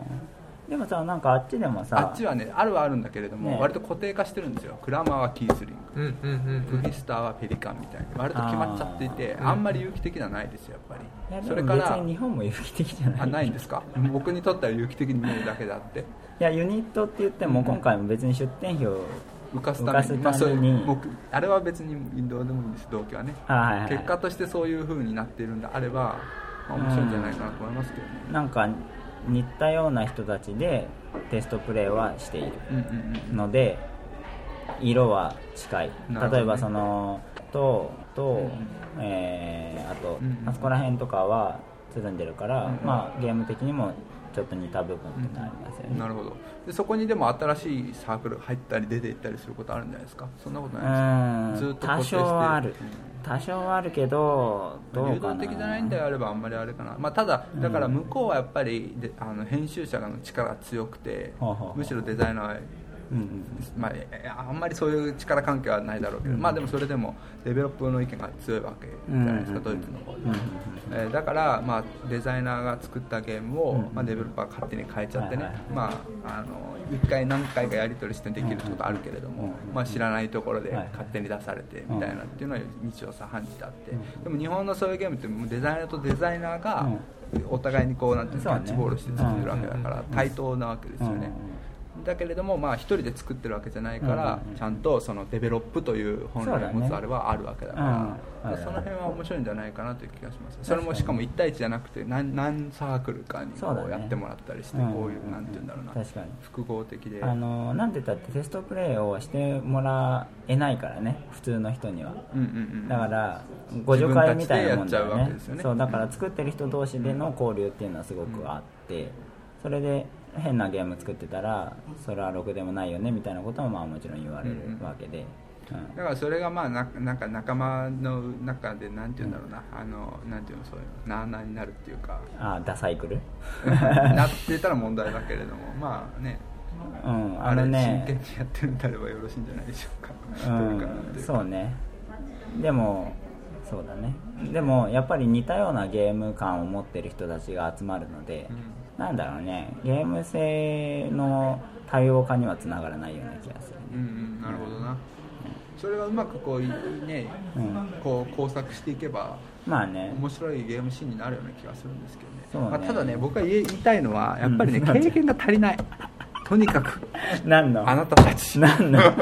Speaker 2: でもさなんかあっちでも
Speaker 1: あ
Speaker 2: さ
Speaker 1: っちはねあるはあるんだけれども、
Speaker 2: ね
Speaker 1: 割と固定化してるんですよクラマーはキースリング
Speaker 3: うんうんうんうん
Speaker 1: クギスターはペリカンみたいに割と決まっちゃっていて
Speaker 3: あー
Speaker 1: あんまり有機的ではないですよやっ
Speaker 2: い
Speaker 1: ぱ
Speaker 2: や
Speaker 1: り
Speaker 2: で
Speaker 1: それ
Speaker 2: も
Speaker 1: から
Speaker 2: 別に日本も有機的じゃない
Speaker 1: あないんですか僕にとっては有機的に見えるだけであって
Speaker 2: いやユニットって言っても今回も別に出店費を
Speaker 1: 浮かすために
Speaker 2: 浮かすために
Speaker 1: まあ、そういう目あれは別にどうでもいいんです動機はね
Speaker 2: あはいはい
Speaker 1: 結果としてそういう風になっているんであれば、まあ、面白いんじゃないかなと思いますけどね
Speaker 2: なんか似たような人たちでテストプレイはしている
Speaker 1: うんうん
Speaker 2: ので色は近い
Speaker 1: なるほどね
Speaker 2: 例えばそのとと、
Speaker 1: んうん
Speaker 2: えーあと、
Speaker 1: うんうん
Speaker 2: あそこら辺とかはつるんでるから、
Speaker 1: うんうん
Speaker 2: まあゲーム的にもちょっと似た部分ってのありますよ
Speaker 1: うん
Speaker 2: ね、
Speaker 1: なるほどでそこにでも新しいサークル入ったり出て行ったりすることあるんじゃないですかそんなこと
Speaker 2: う
Speaker 1: ない
Speaker 2: ん
Speaker 1: ですかずっと固
Speaker 2: 多
Speaker 1: 定して
Speaker 2: 少はある
Speaker 1: うん
Speaker 2: 多少はあるけどどうかな
Speaker 1: 流動的じゃないんであればあんまりあれかな、まあ、ただだから向こうはやっぱりであの編集者の力が強くて
Speaker 2: ほうほうほう
Speaker 1: むしろデザイナーまあいや、あんまりそういう力関係はないだろうけど、まあ、でもそれでもデベロップの意見が強いわけじゃないですか、
Speaker 2: うん
Speaker 1: ドイツの方で、えーだから、まあ、デザイナーが作ったゲームを、まあ、デベロッパーが勝手に変えちゃってね、
Speaker 2: はいはい
Speaker 1: まあ、あの1回何回かやり取りしてできるってことあるけれども、まあ、知らないところで
Speaker 2: はいはい
Speaker 1: 勝手に出されてみたいなっていうのは日常茶飯事だって、でも日本のそういうゲームってもうデザイナーとデザイナーがお互いにこうなんていうの
Speaker 2: そう
Speaker 1: キャ
Speaker 2: ね
Speaker 1: ッチボールして作ってるわけだから対等なわけですよね。だけれども、まあ、一人で作ってるわけじゃないから、ちゃんとそのデベロップという本来持つあれはあるわけだから
Speaker 2: そうだねうん
Speaker 1: その辺は面白いんじゃないかなという気がしますそれもしかも1対1じゃなくて何何サークルかにこ
Speaker 2: そうだ
Speaker 1: う
Speaker 2: ね
Speaker 1: やってもらったりして
Speaker 2: うん
Speaker 1: こういうなんて言うんだろうな
Speaker 2: 確かに
Speaker 1: 複合的で
Speaker 2: あのなんて言ったってテストプレイをしてもらえないからね普通の人には
Speaker 1: うんうんうん
Speaker 2: だからご助会みたいなもんだ
Speaker 1: 自分たちでやっちゃう
Speaker 2: よ
Speaker 1: わ
Speaker 2: ね
Speaker 1: けですよね
Speaker 2: そうだから作ってる人同士での交流っていうのはすごくあって、それで変なゲーム作ってたらそれはろくでもないよねみたいなこともまあもちろん言われるわけで、うん
Speaker 1: だからそれがまあななんか仲間の中でなんて言うんだろうな、あのなんていうのそういうのなあなあになるっていう (laughs) か
Speaker 2: ああダサイクル (laughs)
Speaker 1: なってたら問題だけれどもまあね
Speaker 2: うん
Speaker 1: あ
Speaker 2: あの
Speaker 1: れ
Speaker 2: ね
Speaker 1: 真剣にやってるんであればよろしいんじゃないでしょうか、
Speaker 2: う
Speaker 1: というかなんていう
Speaker 2: ん
Speaker 1: か
Speaker 2: そうねでもそうだねでもやっぱり似たようなゲーム感を持ってる人たちが集まるので、なんだろうねゲーム性の多様化にはつながらないような気がする
Speaker 1: うんうんなるほどなそれがうまくこういね、
Speaker 2: うん
Speaker 1: こう工作していけば
Speaker 2: まあね
Speaker 1: 面白いゲームシーンになるような気がするんですけどね
Speaker 2: そうね
Speaker 1: まあ、ただね僕が言い言いたいのはやっぱりね、
Speaker 2: うん
Speaker 1: 経験が足りないとにかく
Speaker 2: 何の
Speaker 1: あなたたち (laughs) もっ
Speaker 2: 何の
Speaker 1: (laughs) と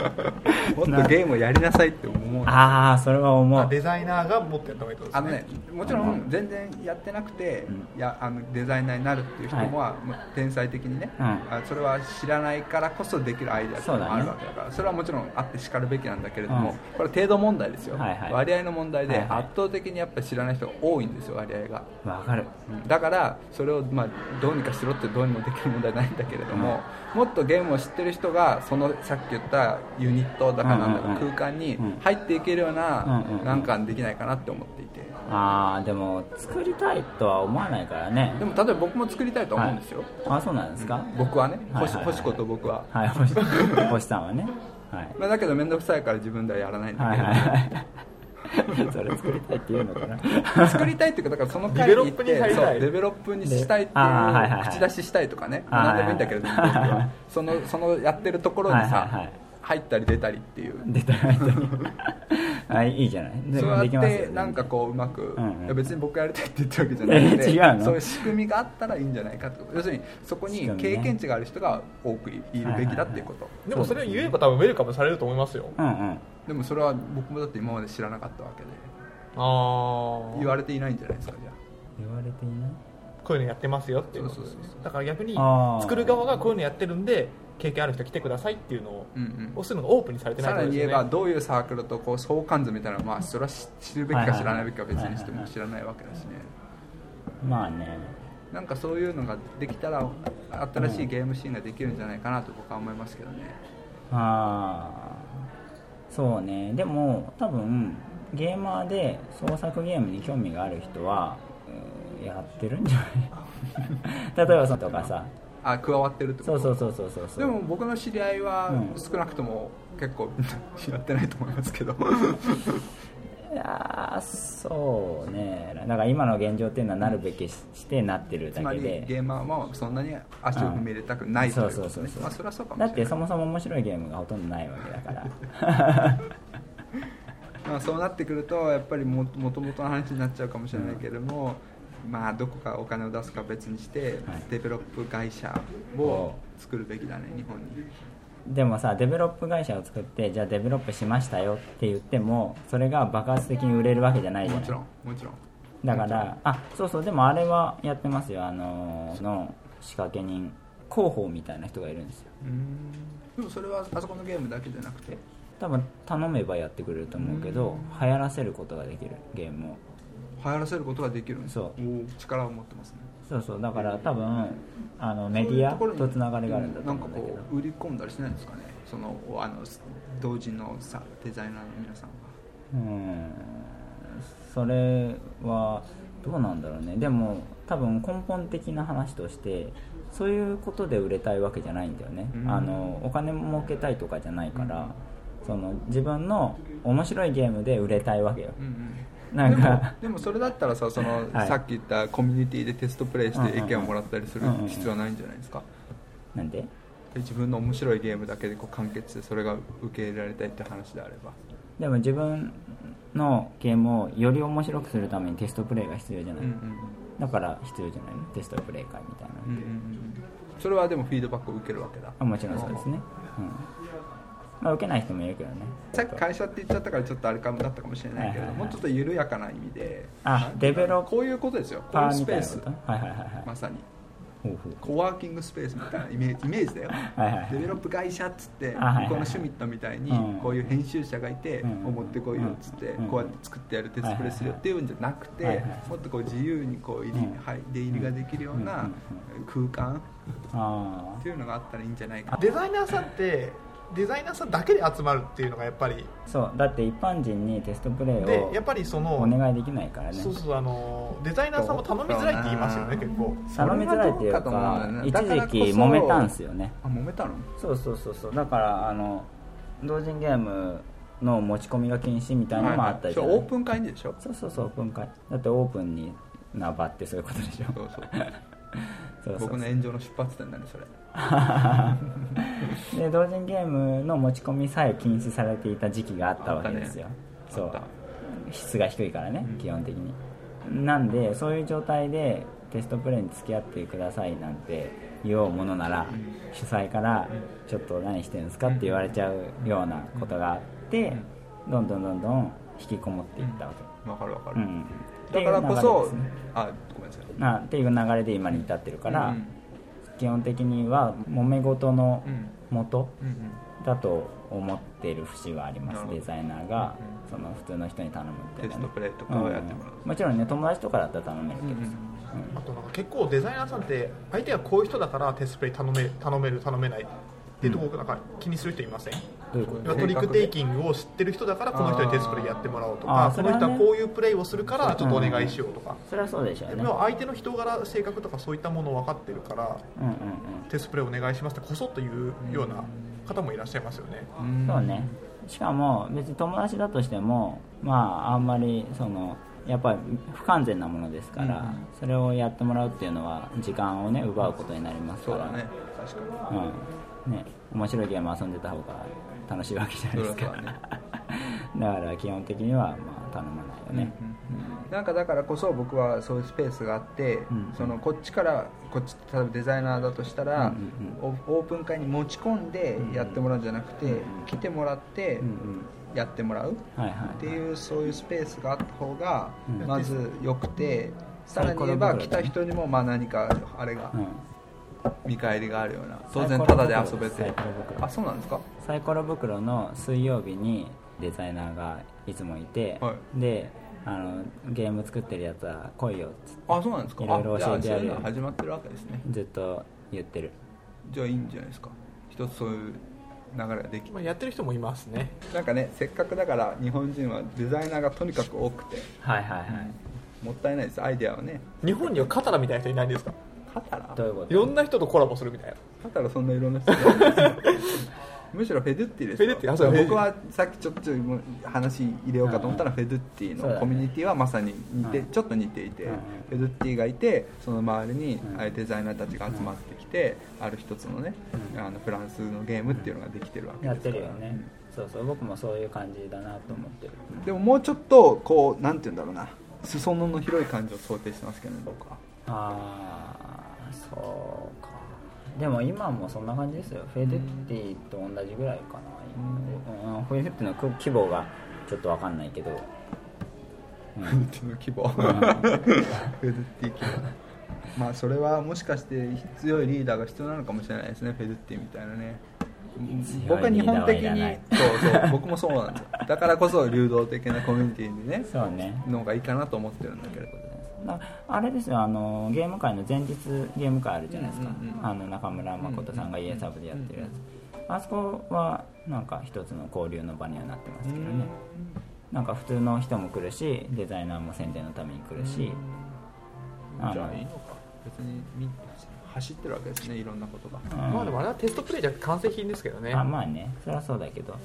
Speaker 1: ゲームをやりなさいって思う
Speaker 2: ああそれは思う
Speaker 4: デザイナーが持ってやった方がいいってこ
Speaker 1: あ
Speaker 4: と
Speaker 1: の
Speaker 4: ですね
Speaker 1: ねもちろん全然やってなくて、いやあのデザイナーになるっていう人もは、もう天才的にね、
Speaker 2: うん
Speaker 1: あそれは知らないからこそできるアイデアとかもあるわけだからそれはもちろんあってしかるべきなんだけれども、
Speaker 2: うん
Speaker 1: これ程度問題ですよ、
Speaker 2: はいはい
Speaker 1: 割合の問題で
Speaker 2: はいはい
Speaker 1: 圧倒的にやっぱり知らない人が多いんですよ割合が。
Speaker 2: わかる
Speaker 1: だからそれをまあどうにかしろってどうにもできる問題ないんだけれども、もっとゲームを知ってる人がそのさっき言ったユニットだかなんだか
Speaker 2: うんうんうん
Speaker 1: 空間に
Speaker 2: うん
Speaker 1: 入っていけるような
Speaker 2: うんうんうん
Speaker 1: なんかできないかなって思っていて
Speaker 2: ああでも作りたいとは思わないからね
Speaker 1: でも例えば僕も作りたいと思うんですよ、
Speaker 2: あそうなんですか、
Speaker 1: 僕はね
Speaker 2: はいはい
Speaker 1: 星星子と僕は、
Speaker 2: はい星星さんはねはい
Speaker 1: まあ、だけど面倒くさいから自分ではやらないんだ
Speaker 2: はい
Speaker 1: けど、
Speaker 2: はいはいそれ作りたいって言うのか
Speaker 1: (laughs)
Speaker 2: な
Speaker 1: 作りたいっていうかだからその
Speaker 4: デベ
Speaker 1: 会
Speaker 4: ロ
Speaker 1: に行っ
Speaker 4: ップに
Speaker 1: て
Speaker 4: 入りたい
Speaker 1: そうデベロップにしたいってい
Speaker 2: であーはいはいうはい
Speaker 1: 口出ししたいとかね
Speaker 2: あー
Speaker 1: 何でもいいんだけれども
Speaker 2: はいはいはい
Speaker 1: そのそのやってるところに
Speaker 2: はいはいは
Speaker 1: さ
Speaker 2: い
Speaker 1: 入ったり出たりっていう
Speaker 2: 出たら入ったらあいいじゃないで
Speaker 1: そうや
Speaker 2: できま
Speaker 1: っ
Speaker 2: す
Speaker 1: て
Speaker 2: よ
Speaker 1: なんかこううまく、
Speaker 2: うんうん
Speaker 1: いや別に僕やりたいって言ったわけじゃなくて
Speaker 2: え違うの
Speaker 1: そういう仕組みがあったらいいんじゃないかってこと要するにそこに
Speaker 2: 仕組みね
Speaker 1: 経験値がある人が多くいるべきだっていうこと、
Speaker 3: でもそれを言えば多分ウェルカムされると思いますよ
Speaker 2: うんうん
Speaker 1: でもそれは僕もだって今まで知らなかったわけで
Speaker 3: ああ
Speaker 1: 言われていないんじゃないですかじゃ
Speaker 2: 言われていない
Speaker 3: こういうのやってますよっていうことです
Speaker 1: そう
Speaker 3: ね
Speaker 1: そうそう
Speaker 3: だから逆に
Speaker 2: あー
Speaker 3: 作る側がこういうのやってるんで経験ある人来てくださいっていうのを
Speaker 1: うんうん
Speaker 3: 押するのがオープンにされて
Speaker 1: あ
Speaker 3: ない
Speaker 1: さら
Speaker 3: ってこと
Speaker 1: に
Speaker 3: です
Speaker 1: 言え
Speaker 3: よね
Speaker 1: ばどういうサークルとこう相関図みたいなのはまあそれは知知るべき
Speaker 2: はい
Speaker 1: か
Speaker 2: はい
Speaker 1: 知らないべきかは別にして
Speaker 2: はい
Speaker 1: も
Speaker 2: はい
Speaker 1: 知らないわけだしね
Speaker 2: まあね
Speaker 1: なんかそういうのができたら新しいゲームシーンができるんじゃないかなと僕は思いますけどね、
Speaker 2: ああそうねでも多分ゲーマーで創作ゲームに興味がある人はうんやってるん
Speaker 1: (laughs)
Speaker 2: じゃない例えばそのとかさ
Speaker 1: あ加わってるってこと
Speaker 2: そうそうそうそうそうそう
Speaker 1: でも僕の知り合いは
Speaker 2: うん
Speaker 1: 少なくとも結構 (laughs) やってないと思いますけ
Speaker 2: (laughs)
Speaker 1: ど
Speaker 2: いやーそうねだから今の現状っていうのはなるべきししてなってる
Speaker 1: つ
Speaker 2: だ
Speaker 1: ま
Speaker 2: け
Speaker 1: り
Speaker 2: で
Speaker 1: ゲーマーもそんなに足を踏み入れたくないということですねまあそれはそうかも
Speaker 2: だ
Speaker 1: しれ
Speaker 2: って
Speaker 1: ない
Speaker 2: そもそも面白いゲームがほとんどないわけだから
Speaker 1: (laughs) まあ、そうなってくるとやっぱりももともとの話になっちゃうかもしれないけれども、まあどこかお金を出すか別にして、
Speaker 2: はい
Speaker 1: デベロップ会社を作るべきだね日本に
Speaker 2: でもさデベロップ会社を作ってじゃあデベロップしましたよって言ってもそれが爆発的に売れるわけじゃないじゃ
Speaker 1: も
Speaker 2: ん
Speaker 1: ちろんもちろん
Speaker 2: だからあそうそうでもあれはやってますよあのーの仕掛け人広報みたいな人がいるんですよ
Speaker 1: うんでもそれはあそこのゲームだけじゃなくて
Speaker 2: 多分頼めばやってくれると思うけど流行らせることができるゲームを
Speaker 1: 流行らせることができるんです
Speaker 2: そう
Speaker 1: おー力を持ってますね
Speaker 2: そうそうだから多分あのメディア
Speaker 1: そういうところ
Speaker 2: と
Speaker 1: に
Speaker 2: つながりがあるんだと思うんだけ
Speaker 1: な
Speaker 2: ど
Speaker 1: んかこう売り込んだりしないんですかねそのあの同時のさデザイナーの皆さんは
Speaker 2: うんそれはどうなんだろうねでも多分根本的な話としてそういうことで売れたいわけじゃないんだよね、
Speaker 1: うん
Speaker 2: あのお金儲けたいとかじゃないから、その自分の面白いゲームで売れたいわけよ、なんか
Speaker 1: でもそれだったらさその、
Speaker 2: はい
Speaker 1: さっき言ったコミュニティでテストプレイして意見をもらったりする
Speaker 2: うんうんうん
Speaker 1: 必要はないんじゃないですか、
Speaker 2: なんで
Speaker 1: で自分の面白いゲームだけでこう完結してそれが受け入れられたいって話であれば
Speaker 2: でも自分のゲームをより面白くするためにテストプレイが必要じゃ
Speaker 1: う
Speaker 2: なんい、
Speaker 1: うん
Speaker 2: だから必要じゃないのテストプレイ会みたいな、
Speaker 1: うんうんうんうんそれはでもフィードバックを受けるわけだ
Speaker 2: あもちろんそうですね、うんまあ、受けない人もいるけどね
Speaker 1: さっき会社って言っちゃったからちょっとあれかもだったかもしれないけれど、
Speaker 2: はいはいはい
Speaker 1: もうちょっと緩やかな意味で
Speaker 2: あデベロッ
Speaker 1: こういうことですよこう
Speaker 2: パ
Speaker 1: いう
Speaker 2: ー
Speaker 1: ス
Speaker 2: み
Speaker 1: ペ
Speaker 2: た
Speaker 1: ー
Speaker 2: いな
Speaker 1: ス
Speaker 2: ことはいはいはいはい
Speaker 1: まさに
Speaker 2: ほうほう
Speaker 1: コワーキングスペースみたいなイメージイメージだよ
Speaker 2: いはい
Speaker 1: デベロップ会社っつって
Speaker 2: あはいはい
Speaker 1: 向こうのシュミットみたいに
Speaker 2: うん
Speaker 1: こういう編集者がいて
Speaker 2: うん
Speaker 1: 思ってこいよっつって
Speaker 2: うん
Speaker 1: こうやって作ってやるテストプレイするよっていうんじゃなく
Speaker 2: はいは
Speaker 1: て
Speaker 2: い
Speaker 1: もっとこう自由にこう入り
Speaker 2: うん
Speaker 1: はい出入りができるような空間
Speaker 2: あ
Speaker 1: っていうのがあったらいいんじゃないかな
Speaker 4: デザイナーさんってデザイナーさんだけで集まるっていうのがやっぱ
Speaker 2: あ
Speaker 4: り
Speaker 2: そうだって一般人にテストプレイ
Speaker 4: で
Speaker 2: を
Speaker 4: やっぱりその
Speaker 2: お願いできないからね
Speaker 4: そうそうあのデザイナーさんも頼みづらいって言いますよね結構
Speaker 2: 頼みづらいっていうか
Speaker 1: それはどうかと思うよね
Speaker 2: 一
Speaker 1: だから
Speaker 2: 時
Speaker 1: こ
Speaker 2: 期
Speaker 1: そ
Speaker 2: 揉めたんすよね
Speaker 1: あ揉めたの
Speaker 2: そうそうそうそうだからあの同人ゲームの持ち込みが禁止みたいなのもあったり
Speaker 1: そ
Speaker 2: じゃ
Speaker 1: れ
Speaker 2: な
Speaker 1: オ
Speaker 2: い
Speaker 1: ープン会にでしょ
Speaker 2: そうそうそうオープン会だってオープンにな場ってそういうことで (laughs) しょ
Speaker 1: そうそう
Speaker 2: そうそう
Speaker 1: 僕の炎上の出発点だねそれ
Speaker 2: (laughs) で同人ゲームの持ち込みさえ禁止されていた時期があったわけですよ、
Speaker 1: あった
Speaker 2: そ
Speaker 1: ねあ
Speaker 2: う
Speaker 1: った
Speaker 2: 質が低いからね、
Speaker 1: うん
Speaker 2: 基本的になんでそういう状態でテストプレイに付き合ってくださいなんて言おうものなら、主催からちょっと何してるんですかって言われちゃうようなことがあって、どんどんどんどん引きこもっていったわ
Speaker 1: わかるわか
Speaker 2: け、う
Speaker 1: る
Speaker 2: ん
Speaker 1: だからこ
Speaker 2: っ
Speaker 1: そ
Speaker 2: ていう流れですね
Speaker 1: あごめんなさい
Speaker 2: なっていう流れで今に至ってるから、
Speaker 1: うん
Speaker 2: 基本的には揉め事の
Speaker 1: うん
Speaker 2: 元、
Speaker 1: うんうん
Speaker 2: だと思ってる節はありま
Speaker 1: なる
Speaker 2: す
Speaker 1: ほど
Speaker 2: デザイナーが
Speaker 1: う
Speaker 2: その普通の人に頼むっていう
Speaker 1: テ
Speaker 2: か
Speaker 1: ス
Speaker 2: ね
Speaker 1: トプレイとかをやってもらう、
Speaker 2: うんもちろんね友達とかだったら頼めるけどさ、
Speaker 4: あとなんか結構デザイナーさんって相手がこういう人だからテストプレイ頼め頼める頼めないっていうとこなんか気にする人いません、
Speaker 2: どういうこ
Speaker 4: 要はトリックテイキングを知ってる人だからこの人にテストプレイやってもらおうと
Speaker 2: あ
Speaker 4: か
Speaker 2: ー
Speaker 4: この
Speaker 2: それ
Speaker 4: 人
Speaker 2: はね
Speaker 4: はこういうプレイをするからちょっとお願いしようとか、
Speaker 2: とそれはそうでしょう
Speaker 4: で
Speaker 2: ね
Speaker 4: も相手の人柄性格とかそういったものを分かってるから
Speaker 2: うんうん
Speaker 4: テストプレイお願いしますってこそっというような方もいらっしゃいますよね、
Speaker 2: うんそうねしかも別に友達だとしてもまああんまりそのやっぱり不完全なものですから、それをやってもらうっていうのは時間をね奪うことになります
Speaker 1: そ
Speaker 2: か
Speaker 1: う
Speaker 2: ら
Speaker 1: だね確かに
Speaker 2: うんね、面白いゲーム遊んでた方が楽しいわけじゃないですか
Speaker 1: そりゃそうだ
Speaker 2: だから基本的にはまあ頼まないよね、
Speaker 1: なんかだからこそ僕はそういうスペースがあって、
Speaker 2: うん
Speaker 1: そのこっちからこっち例えばデザイナーだとしたら、オオープン会に持ち込んでやってもらうんじゃなくて、来てもらって
Speaker 2: うんうん
Speaker 1: やってもらうっ
Speaker 2: はいはい
Speaker 1: ていうそういうスペースがあった方が
Speaker 2: うん
Speaker 1: まず良くて、さらに言えば来た人にもまあ何かあれが
Speaker 2: うん
Speaker 1: 見返りがあるような
Speaker 2: サ
Speaker 1: 当
Speaker 2: イコロ
Speaker 1: 然
Speaker 2: 袋
Speaker 1: タダで遊べ
Speaker 2: サイ
Speaker 1: て
Speaker 2: コロ袋
Speaker 1: あそうなんですか
Speaker 2: サイコロ袋の水曜日にデザイナーがいつもいて、
Speaker 1: は
Speaker 2: であのゲーム作ってるやつは来いよっつって
Speaker 1: あそうなんですか
Speaker 2: いろいろ教えて
Speaker 1: あじゃあそう
Speaker 2: やる
Speaker 1: いうのが始まってるわけですね
Speaker 2: ずっと言ってる
Speaker 1: じゃあいいんじゃないですか一つそういう流れができ
Speaker 3: まあ、やってる人もいますね
Speaker 1: なんかねせっかくだから日本人はデザイナーがとにかく多くて
Speaker 2: はいはいはい、
Speaker 1: もったいないですアイデアはね
Speaker 3: 日本にはカタラみたいな人いないんですか
Speaker 1: カタラ
Speaker 2: どういうこ
Speaker 3: い
Speaker 2: と
Speaker 3: ろんな人とコラボするみたいな
Speaker 1: カタラそんないろんな人いないですよ
Speaker 2: (laughs)
Speaker 1: むしろフェドゥッティですよ
Speaker 3: フェドゥッティあそう
Speaker 1: 僕はさっきちょっと話入れようかと思ったらフェドゥッティ
Speaker 2: そうだ
Speaker 1: の
Speaker 2: ね
Speaker 1: コミュニティはまさに似て、
Speaker 2: うん
Speaker 1: ちょっと似ていて、
Speaker 2: うん
Speaker 1: フェドゥッティがいてその周りに
Speaker 2: ん
Speaker 1: ああいうデザイナーたちが集まってきて、ある一つのね、あのフランスのゲームっていうのができてるわけ
Speaker 2: や
Speaker 1: で
Speaker 2: っ
Speaker 1: すか
Speaker 2: て
Speaker 1: ら
Speaker 2: るよねそうそう僕もそういう感じだなと思ってる
Speaker 1: でももうちょっとこうなんて言うんだろうな裾野の広い感じを想定してますけどね僕は
Speaker 2: ああそうかでも今もそんな感じですよフェデッティと同じぐらいかな、うんフェデッティの規模がちょっと分かんないけど
Speaker 1: フェルティの規模フェルティ規模まあそれはもしかして強いリーダーが必要なのかもしれないですねフェルティみたいなね僕は日本的
Speaker 2: 強いリーダーはいらな
Speaker 1: に
Speaker 2: い
Speaker 1: そうそう僕もそうなんですよだからこそ流動的なコミュニティにね
Speaker 2: そうね
Speaker 1: のがいいかなと思ってるんだけれど
Speaker 2: なあれですよあのゲーム会の前日ゲーム会あるじゃないですか、
Speaker 1: うんうんうん
Speaker 2: あの中村誠さんが EA サブでやってるやつ、あそこはなんか一つの交流の場にはなってますけどねなんか普通の人も来るしデザイナーも宣伝のために来るしあ
Speaker 1: じゃあいいのか別にみ走ってるわけですねいろんなことが
Speaker 2: うん
Speaker 3: まあでもあれはテストプレイじゃなくて完成品ですけどね
Speaker 2: あまあねそりゃそうだけど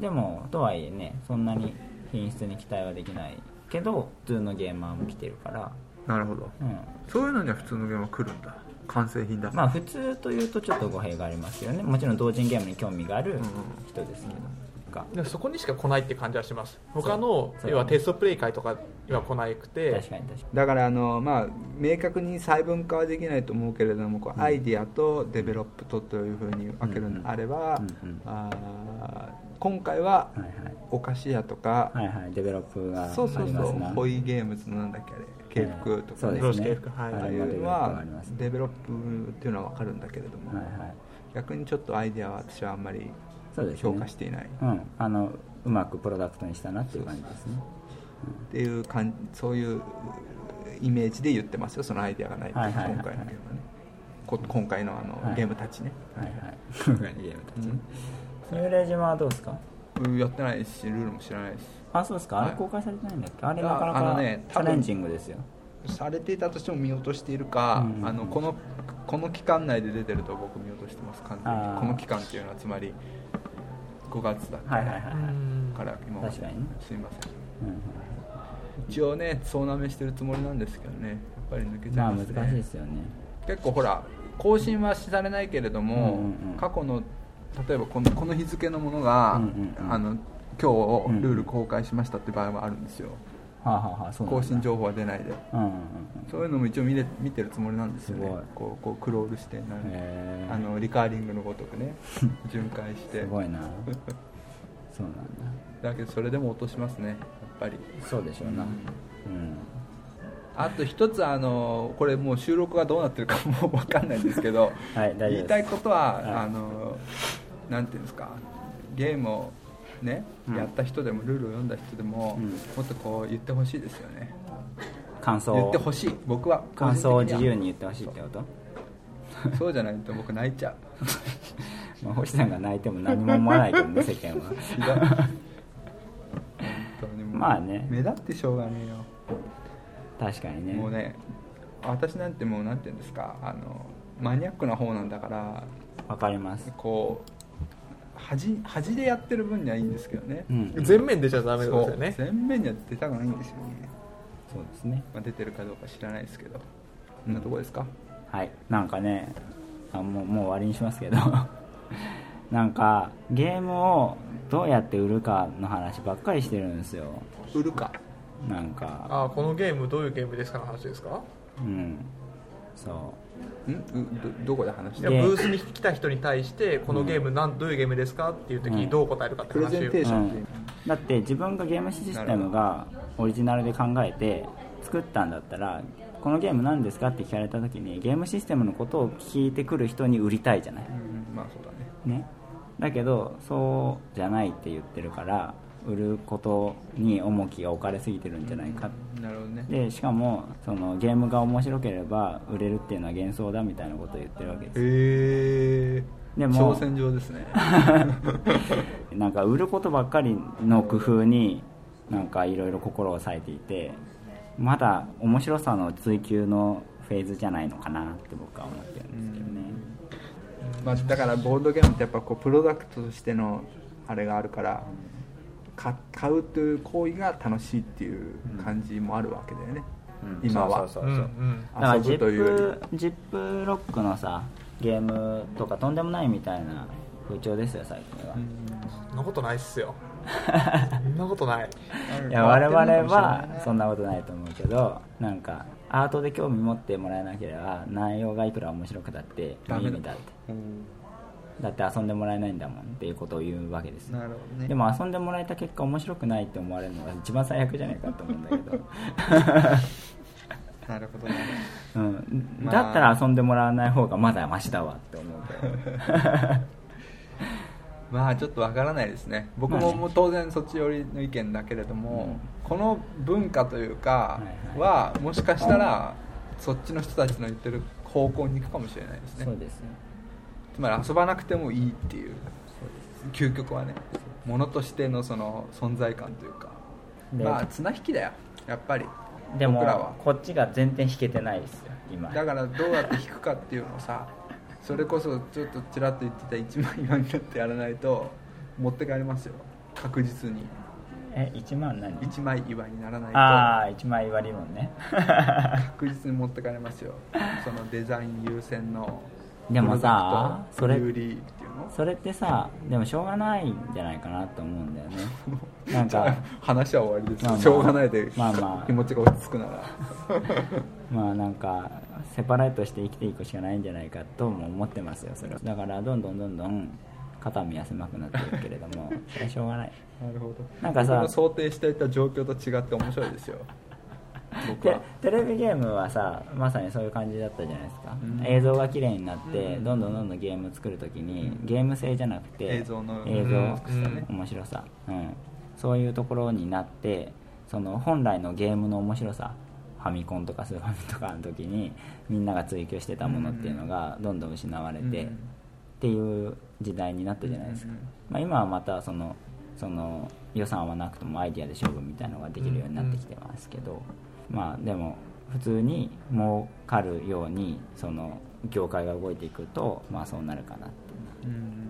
Speaker 2: でもとはいえねそんなに品質に期待はできないけど普通のゲーマーも来てるから、
Speaker 1: なるほど
Speaker 2: うん、
Speaker 1: そういうのには普通のゲームは来るんだ完成品だ
Speaker 2: まあ普通というとちょっと語弊がありますよねもちろん同人ゲームに興味がある
Speaker 1: ん
Speaker 2: 人ですけど、が
Speaker 3: でもそこにしか来ないって感じはします他の
Speaker 2: そう
Speaker 3: 要はテストプレイ会とかには来なくて
Speaker 2: 確かに確か
Speaker 1: だからあの、まあ、明確に細分化はできないと思うけれどもこうアイディアとデベロップとというふうに分けるのであれば、
Speaker 2: うんうん
Speaker 1: あー今回は
Speaker 2: にはいはい
Speaker 1: お菓子屋とか、
Speaker 2: はいはい、デベロップがあります
Speaker 1: そ
Speaker 2: な
Speaker 1: うそうそうホイゲームズのなんだっけあれ
Speaker 2: はい
Speaker 1: 慶福とか、
Speaker 2: そうです
Speaker 3: ロース
Speaker 2: ね
Speaker 3: 系服はい
Speaker 1: あ
Speaker 2: あ
Speaker 1: あい
Speaker 2: れはデベ
Speaker 1: う
Speaker 2: ロ
Speaker 1: の
Speaker 2: ップが
Speaker 1: は
Speaker 2: ありますね
Speaker 1: デベロップっていうのは分かるんだけれども、
Speaker 2: はいはい
Speaker 1: 逆にちょっとアイディアは私はあんまり
Speaker 2: そうですね
Speaker 1: 評価していない
Speaker 2: うんあのうまくプロダクトにしたなっていう感じですね
Speaker 1: っていう感じそういうイメージで言ってますよそのアイディアがないっていう
Speaker 2: はいはいはい
Speaker 1: 今回のゲームはねこ今回のあの、
Speaker 2: はい
Speaker 1: ゲームたちね、
Speaker 2: はいはい今回のゲームたちね幽霊島はどうですか
Speaker 1: うんやってないしルールも知らないし
Speaker 2: あそうですかあ
Speaker 1: は
Speaker 2: れ
Speaker 1: い
Speaker 2: 公開されてないんだっけあれ
Speaker 1: いや
Speaker 2: なかな
Speaker 1: あの
Speaker 2: か
Speaker 1: ね
Speaker 2: チャレンジングですよ
Speaker 1: されていたとしても見落としているか、
Speaker 2: うん
Speaker 1: あのこのこの期間内で出てると僕見落としてます完全
Speaker 2: あー
Speaker 1: にこの期間っていうのはつまり5月だっ
Speaker 2: は
Speaker 1: た
Speaker 2: いはいはいはい、
Speaker 1: から今まで
Speaker 2: 確かにね
Speaker 1: すいません
Speaker 2: うん
Speaker 1: 一応ね総なめしてるつもりなんですけどねやっぱり抜けちゃ
Speaker 2: まあ
Speaker 1: いま
Speaker 2: 難
Speaker 1: すね、
Speaker 2: しいですよね
Speaker 1: 結構ほら更新はされないけれども、
Speaker 2: うんうんうん
Speaker 1: 過去の例えばこのこの日付のものが、
Speaker 2: うんうんうん
Speaker 1: あの今日ルール公開しましたって場合もあるんですよ、
Speaker 2: はあ、はあはあ、そうなん
Speaker 1: 更
Speaker 2: だ
Speaker 1: 新情報は出ないで
Speaker 2: うんうんうん
Speaker 1: そういうのも一応見れ見てるつもりなんですよね
Speaker 2: すごい
Speaker 1: こうこうクロールしてな
Speaker 2: へー
Speaker 1: あのリカーリングのごとくね巡回して
Speaker 2: す
Speaker 1: (laughs)
Speaker 2: ごいなそうなんだ
Speaker 1: だけどそれでも落としますねやっぱり
Speaker 2: そうでしょうなうん、
Speaker 1: あと一つあのこれもう収録がどうなってるかもう分かんないんですけど、
Speaker 2: はい大丈夫です
Speaker 1: 言いたいことは、
Speaker 2: はい
Speaker 1: あのなんていうんですかゲームをね、
Speaker 2: うん
Speaker 1: やった人でもルールを読んだ人でも、
Speaker 2: うん
Speaker 1: もっとこう言ってほしいですよね
Speaker 2: 感想を
Speaker 1: 言ってほしい僕は個
Speaker 2: 感
Speaker 1: 人的には
Speaker 2: 想を自由に言ってほしいってこと
Speaker 1: そうじゃないと僕泣いちゃう
Speaker 2: まあ、星さんが泣いても何も思わないけどね世間は
Speaker 1: (laughs) ひどい本当にもう
Speaker 2: (laughs) まあね
Speaker 1: 目立ってしょうがねえよ
Speaker 2: 確かにね
Speaker 1: もうね私なんてもうなんていうんですかあのマニアックな方なんだから
Speaker 2: わかります
Speaker 1: こう端端でやってる分にはいいんですけどね、
Speaker 2: うん
Speaker 3: 全面出ちゃダメなんですよ
Speaker 1: そう
Speaker 3: ね
Speaker 1: 全面には出たくないんですよね、
Speaker 2: そうですね
Speaker 1: まあ、出てるかどうか知らないですけどそんなとこですか、
Speaker 2: はいなんかねあもうもう終わりにしますけど (laughs) なんかゲームをどうやって売るかの話ばっかりしてるんですよ
Speaker 1: 売るか
Speaker 2: なんか
Speaker 3: あーこのゲームどういうゲームですかの話ですか
Speaker 2: うんそ
Speaker 1: んうどどこで話し
Speaker 3: い
Speaker 1: て
Speaker 3: や
Speaker 1: る
Speaker 2: ゲーム
Speaker 3: ブースに来た人に対してこのゲームなんどういうゲームですかっていう時
Speaker 2: う
Speaker 3: に
Speaker 2: ん
Speaker 3: どう答えるかって
Speaker 1: プレ
Speaker 3: 話
Speaker 1: ゼン
Speaker 3: を
Speaker 1: テー
Speaker 2: う、
Speaker 1: シ
Speaker 2: う
Speaker 1: ョンってい
Speaker 2: ん
Speaker 1: う、、
Speaker 2: だって自分がゲームシステムがオリジナルで考えて作ったんだったらこのゲーム何ですかって聞かれた時にゲームシステムのことを聞いてくる人に売りたいじゃない
Speaker 1: うん、まあそうだね
Speaker 2: ね、だけどそうじゃないって言ってるから売ることに重きが置かれすぎてるんじゃないか
Speaker 1: なるほどね
Speaker 2: でしかもそのゲームが面白ければ売れるっていうのは幻想だみたいなことを言ってるわけですよ
Speaker 1: へえ
Speaker 2: でも
Speaker 1: 挑戦状です
Speaker 2: (laughs)
Speaker 1: ね
Speaker 2: なんか売ることばっかりの工夫になんかいろいろ心を割いていてまだ面白さの追求のフェーズじゃないのかなって僕は思ってるんですけどね
Speaker 1: まあ、だからボードゲームってやっぱこうプロダクトとしてのあれがあるからか買うという行為が楽しいっていう感じもあるわけだよね、
Speaker 2: うん
Speaker 1: 今は
Speaker 2: そう
Speaker 3: う
Speaker 2: そう
Speaker 3: ん
Speaker 2: そ
Speaker 3: う
Speaker 2: うそうんだから
Speaker 1: 遊
Speaker 2: ジ
Speaker 1: ぶ
Speaker 2: ッ
Speaker 1: というより
Speaker 2: プジップロックのさゲームとかとんでもないみたいな風潮ですよ最近は、
Speaker 3: そんなことないっ
Speaker 2: (laughs)
Speaker 3: すよそんなことない
Speaker 1: うん
Speaker 2: いや我々はそん
Speaker 1: な
Speaker 2: なことないと思うけどなんかアートで興味持ってもらえなければ内容がいくら面白くたって
Speaker 1: ダ
Speaker 2: 意
Speaker 1: メだ
Speaker 2: 味だってだって遊んでもらえないんだもんっていうことを言うわけですよ
Speaker 1: なるほどね
Speaker 2: でも遊んでもらえた結果面白くないって思われるのが一番最悪じゃないかと思うんだ
Speaker 1: (laughs)
Speaker 2: けど、
Speaker 1: なるほどね
Speaker 2: うん、
Speaker 1: まあ
Speaker 2: だったら遊んでもらわない方がまだマシだわって思うけど
Speaker 1: (laughs) まあちょっとわからないですね僕ももう当然そっち寄りの意見だけれども、この文化というかはもしかしたらそっちの人たちの言ってる方向に行くかもしれないですね
Speaker 2: そうですよ
Speaker 1: つまり遊ばなくてもいいっていう究極はねものとしてのその存在感というか
Speaker 2: で
Speaker 1: まあ綱引きだよやっぱり
Speaker 2: でも
Speaker 1: 僕らは
Speaker 2: こっちが全然引けてないですよ今
Speaker 1: だからどうやって弾くかっていうのをさそれこそちょっとちらっと言ってた一枚岩になってやらないと持って帰りますよ確実に
Speaker 2: え1万何
Speaker 1: 一枚岩にならない
Speaker 2: ああ1枚割りも
Speaker 1: (laughs)
Speaker 2: んね
Speaker 1: と確実に持って帰りますよそのデザイン優先の
Speaker 2: でもさ
Speaker 1: プロダクト
Speaker 2: それ
Speaker 1: 有利っていうの
Speaker 2: それってさでもしょうがないんじゃないかなと思うんだ
Speaker 1: (laughs)
Speaker 2: よねなん
Speaker 1: じゃあ
Speaker 2: か
Speaker 1: 話は終わりです、
Speaker 2: まあまあ
Speaker 1: しょうがないで、
Speaker 2: まあまあ
Speaker 1: 気持ちが落ち着くなら
Speaker 2: まあなんかセパレートして生きていくしかないんじゃないかとも思ってますよそれはだからどんどんどんどん肩身は狭くなっていくけれど
Speaker 1: (laughs)
Speaker 2: もそれはしょうがない
Speaker 1: なるほど
Speaker 2: なんかさ
Speaker 1: 僕の想定していた状況と違って面白い
Speaker 2: (laughs)
Speaker 1: ですよ僕
Speaker 2: で
Speaker 1: は
Speaker 2: テレビゲームはさまさにそういう感じだったじゃないですか、
Speaker 1: うん
Speaker 2: 映像が綺麗になって、
Speaker 1: うん
Speaker 2: どんどんどんどんゲーム作るときに、ゲーム性じゃなくて
Speaker 1: 映像の
Speaker 2: 映像
Speaker 3: うん
Speaker 2: 面白さ、うん、そういうところになってその本来のゲームの面白さファミコンとかスーファミとかの時にみんなが追求してたものっていうのがどんどん失われて、
Speaker 1: うん
Speaker 2: っていう時代になったじゃないですか、
Speaker 1: うんうん
Speaker 2: まあ、今はまたそのその予算はなくともアイディアで勝負みたいなのができるようになってきてますけど、まあでも普通に儲かるようにその業界が動いていくとまあそうなるかなっていうのは
Speaker 1: うん